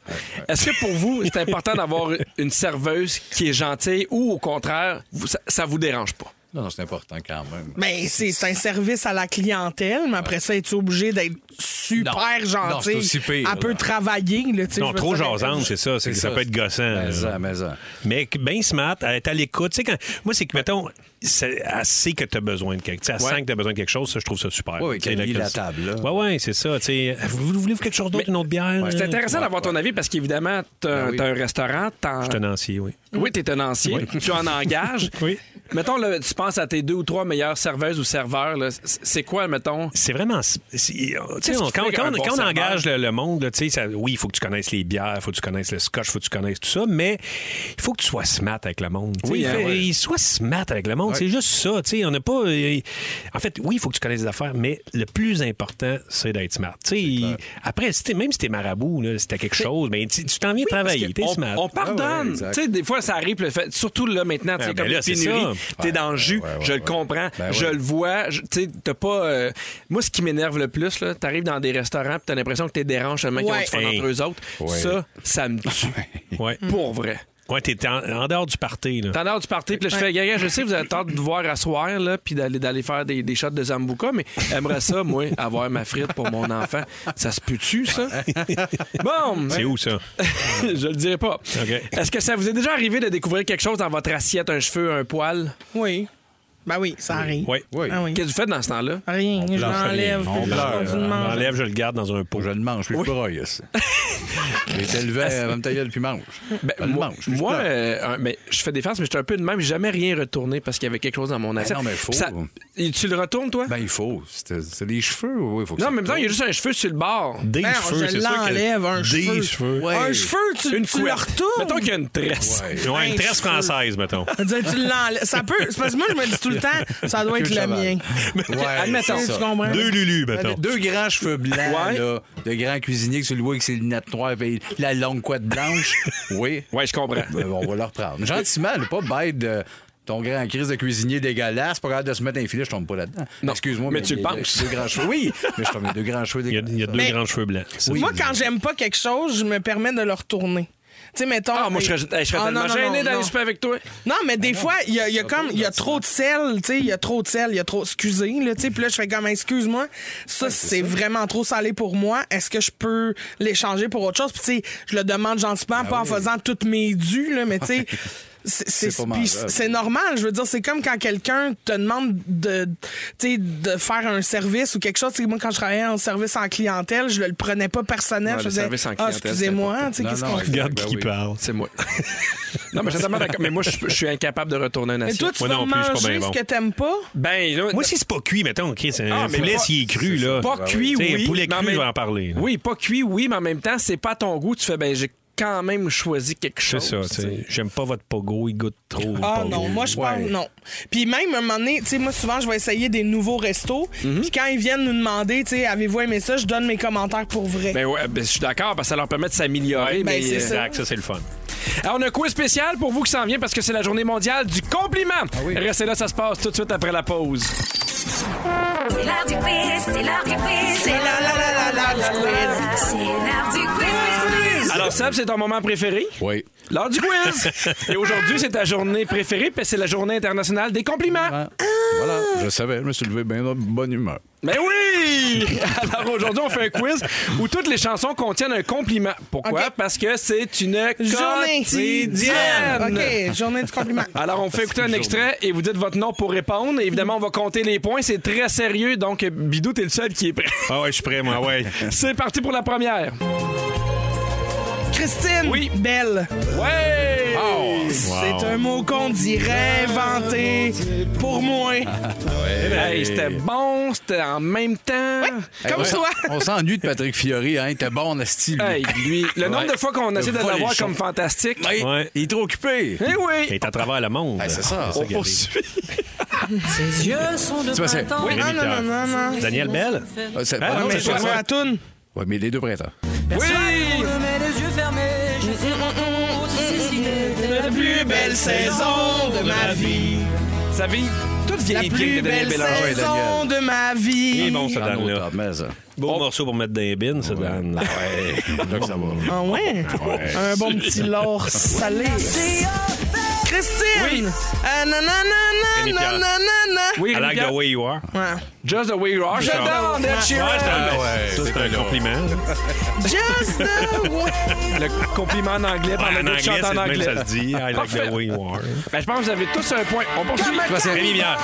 Est-ce que pour vous, c'est important d'avoir une serveuse qui est gentille ou au contraire, vous- ça, ça vous dérange pas? Non, non, c'est important quand même. Mais Ben, c'est c'est un service à la clientèle, mais après ça, es-tu obligé d'être super Non. gentil? Non, c'est aussi pire, Elle peut là. travailler, là, tu sais, je Non, veux trop dire, jasante, c'est ça. c'est que C'est ça ça. peut être gossant. Mais là. ça, mais Mais que bien smart, elle est à l'écoute. Tu sais, quand- moi, c'est que, mettons, c'est- elle sait que tu as besoin de quelque chose. Elle Ouais. sent que tu as besoin de quelque chose. Ça, je trouve ça super. Ouais, ouais, Tu sais, qu'elle là, lit que- la table, là. Ouais, ouais, c'est ça. tu sais. Vous vous voulez quelque chose d'autre, une autre bière? euh, C'est là? intéressant Ouais. Ben d'avoir ton avis parce qu'évidemment, t'as t'as un restaurant, t'en- Je suis tenancier, oui. Oui, t'es tenancier, tu en engages. oui. Mettons, là, tu penses à tes deux ou trois meilleures serveuses ou serveurs. là. C'est- C'est quoi, mettons? C'est vraiment. Tu sais, on- quand, quand on- quand on engage le, le monde, là, tu sais, ça- oui, il faut que tu connaisses les bières, il faut que tu connaisses le scotch, il faut que tu connaisses tout ça, mais il faut que tu sois smart avec le monde. Tu sais, Oui, il hein, fait- ouais. il soit smart avec le monde, c'est juste ça. tu sais, on n'a pas. euh, En fait, oui, il faut que tu connaisses les affaires, mais le plus important, c'est d'être smart. Tu sais, après, si t'es- même si t'es marabout, là, si t'as quelque chose, ben, tu tu t'en viens travailler, t'es on, smart. on pardonne. Ah exact. Tu sais, des fois, ça arrive, le fait- surtout là maintenant, tu sais, Ah, ben comme là, la c'est pénurie, ça. t'es dans le jus, je le comprends, Ben je le vois, je- tu sais, t'as pas... euh, moi, ce qui m'énerve le plus, là, t'arrives dans des restaurants pis t'as l'impression que t'es dérange seulement Ouais. qu'ils vont se faire Hey. entre eux autres. Ouais. Ça, ça me tue. Ouais. Pour vrai. Ouais, t'es en, en dehors du party, là. T'en as du parti, puis là, je fais, gaga, je sais, que vous avez tort de vous voir à soir, là, puis d'aller, d'aller faire des, des shots de Zambuca, mais j'aimerais ça, moi, avoir ma frite pour mon enfant. Ça se peut-tu, ça? Bon! C'est où, ça? je le dirai pas. Est-ce que ça vous est déjà arrivé de découvrir quelque chose dans votre assiette, un cheveu, un poil? Oui. Ben oui, ça arrive. Oui. oui. Ah oui. Qu'est-ce que vous faites dans ce temps-là? Rien, je l'enlève. On puis je pleure. continue de On manger. l'enlève, je le garde dans un pot. Je le mange, je suis broye, ça. J'ai été élevé à me tailler puis mange. Ben, Elle moi, mange, puis je moi, pleure. euh, un- mais je fais des farces, mais j'étais un peu de même. J'ai jamais rien retourné parce qu'il y avait quelque chose dans mon assiette. Ben, non, mais faut. Puis ça- Et tu le retournes, toi? Ben, il faut. C'est c'est des cheveux, oui, il faut que Non, ça mais en même temps, il y a juste un cheveu sur le bord. Des Ben, cheveux, je c'est sûr que- l'enlève, un des cheveu. cheveux. Ouais. Un cheveu, tu, Une tu le couette. retournes. Mettons qu'il y a une tresse. Ouais, une tresse française, mettons. Je veux dire, tu l'enlèves. Ça peut. C'est parce que moi, je me dis tout le temps, ça doit être le mien. Ouais, admettons. c'est Tu ça. comprends? Deux Lulu, mettons. Avec Deux grands cheveux blancs, Ouais. là, de grands cuisiniers que tu le vois avec ses lunettes noires et la longue couette blanche. Oui. Ben, Oui, je comprends. on va le reprendre. Gentiment, là, pas bête de. Ton grand crise de cuisinier dégueulasse, pas capable de se mettre un filet, je tombe pas là-dedans. Excuse-moi, mais tu le il y a penses. deux- deux grands cheveux. Oui, mais je tombe les deux grands cheveux dégueulasses. Il y a deux grands cheveux blancs. Moi, quand j'aime pas quelque chose, je me permets de le retourner. Tu sais, mettons. Ah, moi, je serais, je serais Ah, tellement non, non, gêné non, d'aller non. souper avec toi. Non, mais des fois, il y a, il y a comme, il y a trop de sel, tu sais, il y a trop de sel, il y a trop, excusez, là, tu sais, puis là, je fais comme, excuse-moi, ça, c'est vraiment trop salé pour moi, est-ce que je peux l'échanger pour autre chose? Puis, tu sais, je le demande gentiment, pas en faisant toutes mes dues, là, mais tu sais. C'est, c'est- C'est pas puis mangeable. c'est normal, je veux dire, c'est comme quand quelqu'un te demande de, tu sais, de faire un service ou quelque chose. Tu sais, moi, quand je travaillais en service en clientèle, je le prenais pas personnel. Ouais, le je faisais, service en ah, clientèle, c'est excusez-moi, important. tu sais, Non, qu'est-ce non, qu'on fait? Regarde Ben qui oui. parle. C'est moi. Non, mais je suis totalement d'accord. Mais moi, je, je suis incapable de retourner un Mais assiette. toi, tu vas manger ce que t'aimes pas? Ben, là, Moi, si c'est pas cuit, mettons, OK, c'est Ah, un mais poulet pas- s'il est cru, là. Pas cuit, Tu sais, oui. Un poulet mais en cru, même- je vais en parler. là. Oui, pas cuit, oui, mais en même temps, c'est pas à ton goût. Tu fais, ben, j'ai quand même choisi quelque C'est chose. ça, tu sais. J'aime pas votre pogo, il goûte trop. Ah non, moi je pense non. Puis même à un moment donné, tu sais, moi souvent je vais essayer des nouveaux restos. Puis quand ils viennent nous demander, tu sais, avez-vous aimé ça, je donne mes commentaires pour vrai. Ben, ouais, ben, je suis d'accord, parce que ça leur permet de s'améliorer. Ouais, mais, ben, c'est ça. Exact, ça, c'est le fun. Alors, on a un quiz spécial pour vous qui s'en vient parce que c'est la journée mondiale du compliment. Ah Restez là, ça se passe tout de suite après la pause. C'est l'heure du quiz, c'est l'heure du quiz. C'est la la la la la quiz. C'est l'heure du quiz, quiz, quiz. Alors, Seb, c'est ton moment préféré? Oui. L'heure du quiz! Et aujourd'hui, c'est ta journée préférée, puis c'est la journée internationale des compliments. Voilà, je savais, je me suis levé bien de bonne humeur. Mais Ben oui! Alors aujourd'hui, on fait un quiz où toutes les chansons contiennent un compliment. Pourquoi? Parce que c'est une Journée. quotidienne. OK, journée du compliment. Alors, on fait écouter un extrait et vous dites votre nom pour répondre. Et évidemment, on va compter les points. C'est très sérieux. Donc, Bidou, t'es le seul qui est prêt. Ah ouais, je suis prêt, moi, ouais. C'est parti pour la première. Christine. Oui. Belle. Ouais. Ah, C'est un mot qu'on dirait inventé pour moi. Hey, c'était bon, c'était en même temps. Hey, on s'en- On s'ennuie de Patrick Fiori, hein. Il était bon, on style. Hey, lui, le nombre de fois qu'on essaie de l'avoir comme fantastique. Il est trop occupé. Eh oui. Il est à travers le monde. Hey, Ben, c'est ça. On poursuit. Ses yeux sont Tu vois, c'est- Oui. Non, non, non, non, non. Daniel Bell? Ah, c'est- Ah, non, non, mais mais c'est c'est ça. la Ouais, mais les deux printemps. Oui! les yeux fermés, je fais La plus belle saison de ma vie. Ça vit toute La vieille plus belle saison de ma vie. Il est bon, ce Dan-là. Beau morceau pour mettre des bins, ce Dan. Ouais, Ah ouais? Un bon petit lard salé. Christine. Ah, Oui. Rémi Pierre. I like the way you are. Just the way you are. Just J'adore the- Ned Sheeran. Ouais, c'est un- Ouais, ça, c'est un là. compliment. Just the way. Le compliment en anglais par Ouais, Ah, le en gars qui anglais, c'est chante en de même anglais. que ça se dit. I like the Parfait. way you are. Ben, je pense que vous avez tous un point. On poursuit. Comment ça? Rémi Pierre.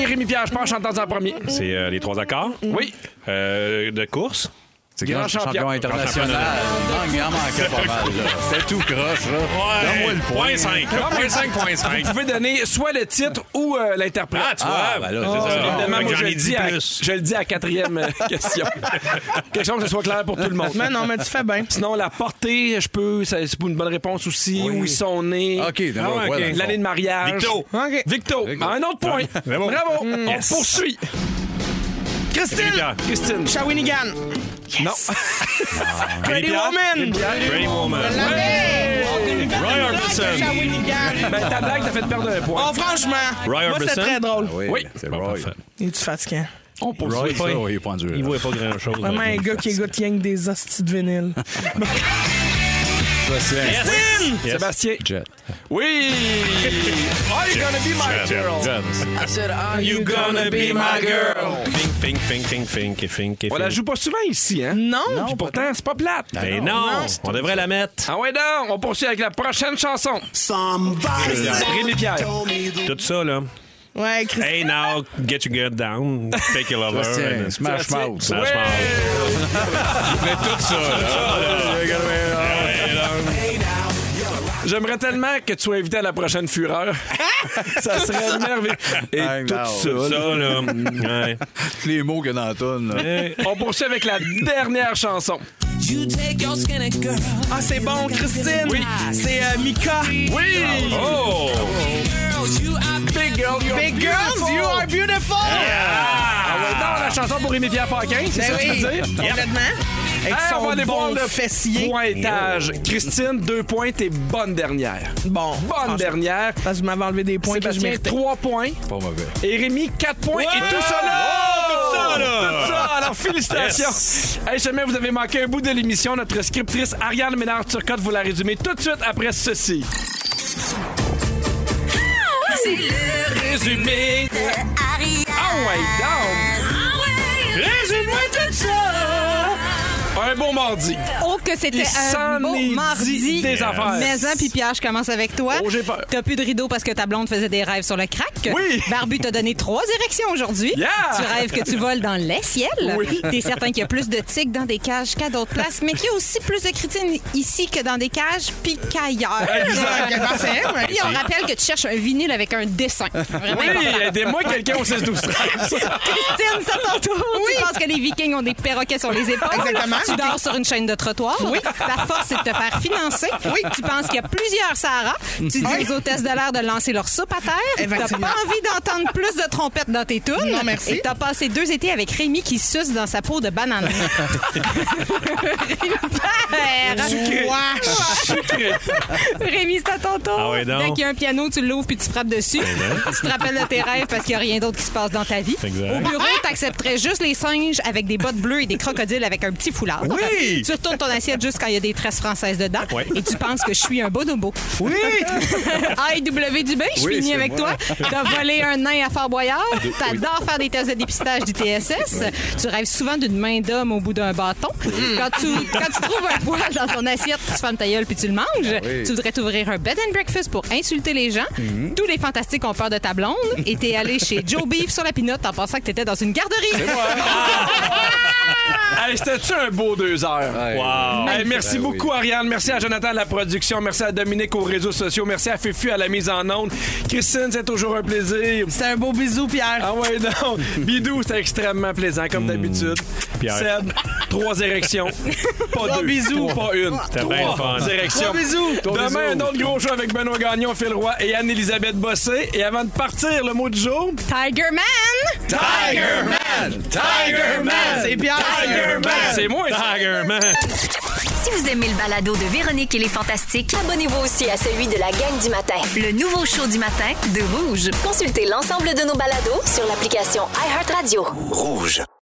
Et Rémi Pierre, je pense, j'entends en premier. C'est euh, les trois accords. Oui. Euh, de course. C'est grand Grand champion. champion international. Il en manquait pas mal, là. C'était tout croche, là. Donne-moi le point. Non, mais Vous pouvez donner soit le titre ou euh, l'interprète. Ah, tu vois. ben là, c'est ça. Évidemment, Fait que moi, j'en je, ai le dit dis à, plus. je le dis à la quatrième euh, question. Quelque chose que ce soit clair pour tout le monde. Mais non, mais tu fais bien. Sinon, la portée, je peux, ça, c'est une bonne réponse aussi. Où ils sont nés. OK, Ah, d'accord, OK. ouais, d'accord. L'année de mariage. Victo. Ah. OK. Victo. Un autre point. Bravo. Bravo. Mm. On Yes. poursuit. Christine. Christine. Shawinigan. Non. Pretty Woman. Pretty Woman. Je l'avais. Roy Blague de Shawinigan. Ben, ta blague t'a fait perdre un point. Oh, franchement. Roy Moi, c'était Orbison? très drôle. Ah oui, Oui. c'est Roy. Il est-tu fatiguant? On Roy, ça, oui, il est pas enduit, Il là. voit pas grand-chose. hein. Vraiment un gars qui écoute rien que des hosties de vinyle. Ça, c'est un- Christine! Yes. Sébastien. Jet. Oui. Are you gonna be my girl? I said, are you gonna be my girl? Think, think, think, think, think, think, think, think. On la joue pas souvent ici, hein? Non. Puis pourtant, c'est pas plate. Mais non, on devrait la mettre. Ah ouais, donc, on poursuit avec la prochaine chanson. Euh, Rémi Pierre. Tout ça, là. Ouais, Christine. Hey now, get your girl down, take your lover. Sébastien, and- Smash Sébastien. Mouth. Smash mouth. Mais tout ça, là. Hey, là. J'aimerais tellement que tu sois invité à la prochaine fureur. ça serait merveilleux. Et Hey, tout now. ça. Tout là. ça, là. Ouais. Tous les mots que dans la toune, là. On poursuit avec la dernière chanson. Ah, c'est bon, Christine. Oui. C'est euh, Mika. Oui! Oh! Big girl, you're Big girls, you are beautiful. Ah ouais, non, la chanson pour Rémi Pierre Paquin, c'est ça Ben que tu oui, veux dire? complètement. Avec Hey, on va son aller voir bon le fessier. pointage. Christine, deux points, t'es bonne dernière. Bon. Bonne franchement, dernière. Parce que vous m'avez enlevé des points que je Sébastien, méritais. trois points. Pas mauvais. Et Rémi, 4 points et tout ça Oh, là! tout ça, là! Tout ça! Alors, félicitations! Yes. Hey, jamais vous avez manqué un bout de l'émission. Notre scriptrice Ariane Ménard-Turcotte vous la résumé tout de suite après ceci. C'est le Résumé! Harry. Ah ouais, down! Ah Résume-moi tout ça. Un bon mardi. Oh, que c'était Il un s'en beau est dit mardi. des affaires. Maison, puis Pierre, je commence avec toi. Oh, j'ai peur. T'as plus de rideau parce que ta blonde faisait des rêves sur le crack. Oui. Barbu t'a donné trois érections aujourd'hui. Yeah. Tu rêves que tu voles dans les ciels. Oui. T'es certain qu'il y a plus de tiques dans des cages qu'à d'autres places, mais qu'il y a aussi plus de crétines ici que dans des cages puis qu'ailleurs. Exact. Parfait, ouais. Puis on rappelle que tu cherches un vinyle avec un dessin. Vraiment Oui, important. aidez-moi quelqu'un au 16 12 Christine, ça t'entoure. Tu penses que les Vikings ont des perroquets sur les épaules. Exactement. Tu dors sur une chaîne de trottoir. Oui. Ta force, c'est de te faire financer. Oui. Tu penses qu'il y a plusieurs Sahara. Tu dis aux hôtesses de l'air de lancer leur soupe à terre. T'as Effectivement. pas envie d'entendre plus de trompettes dans tes tunes. Non, merci. Et t'as passé deux étés avec Rémi qui suce dans sa peau de banane. Rémi Pierre. Rémi, c'est à ton tour. Ah ouais, donc. Ben Dès qu'il y a un piano, tu l'ouvres puis tu frappes dessus. tu te rappelles de tes rêves parce qu'il n'y a rien d'autre qui se passe dans ta vie. Exact. Au bureau, tu accepterais juste les singes avec des bottes bleues et des crocodiles avec un petit foulard. Oui. Tu retournes ton assiette juste quand il y a des tresses françaises dedans Ouais. et tu penses que je suis un bonobo. Oui! AIW Dubé, je Oui, finis c'est avec moi. toi. T'as volé un nain à Fort Boyard. T'adores faire des tests de dépistage du TSS. Tu rêves souvent d'une main d'homme au bout d'un bâton. Mm. Quand tu, quand tu trouves un poil dans ton assiette, tu fermes ta gueule puis tu le manges. Ah oui. Mm-hmm. Tu voudrais t'ouvrir un bed and breakfast pour insulter les gens. Tous les fantastiques ont peur de ta blonde. Et t'es allé chez Joe Beef sur la pinotte en pensant que t'étais dans une garderie. Ah! Hey, c'était-tu un beau deux heures? Wow. Hey, merci Ben beaucoup, Ariane. Merci à Jonathan de la production. Merci à Dominique aux réseaux sociaux. Merci à Fufu à la mise en onde. Christine, c'est toujours un plaisir. C'est un beau bisou, Pierre. Ah ouais, non. Bidou, c'était extrêmement plaisant, comme d'habitude. Pierre. Seb, trois érections. Pas deux. bisous. Pas une. C'était bien le Trois fun. érections. Trois bisous. Demain, un autre gros show avec Benoît Gagnon, Phil Roy et Anne-Élisabeth Bossé. Et avant de partir, le mot du jour. Tiger Man! Tiger Man! Tiger Man! C'est Pierre. C'est moi, ça. Tiger Man. Si vous aimez le balado de Véronique et les Fantastiques, abonnez-vous aussi à celui de la gang du matin. Le nouveau show du matin de Rouge. Consultez l'ensemble de nos balados sur l'application iHeartRadio. Rouge.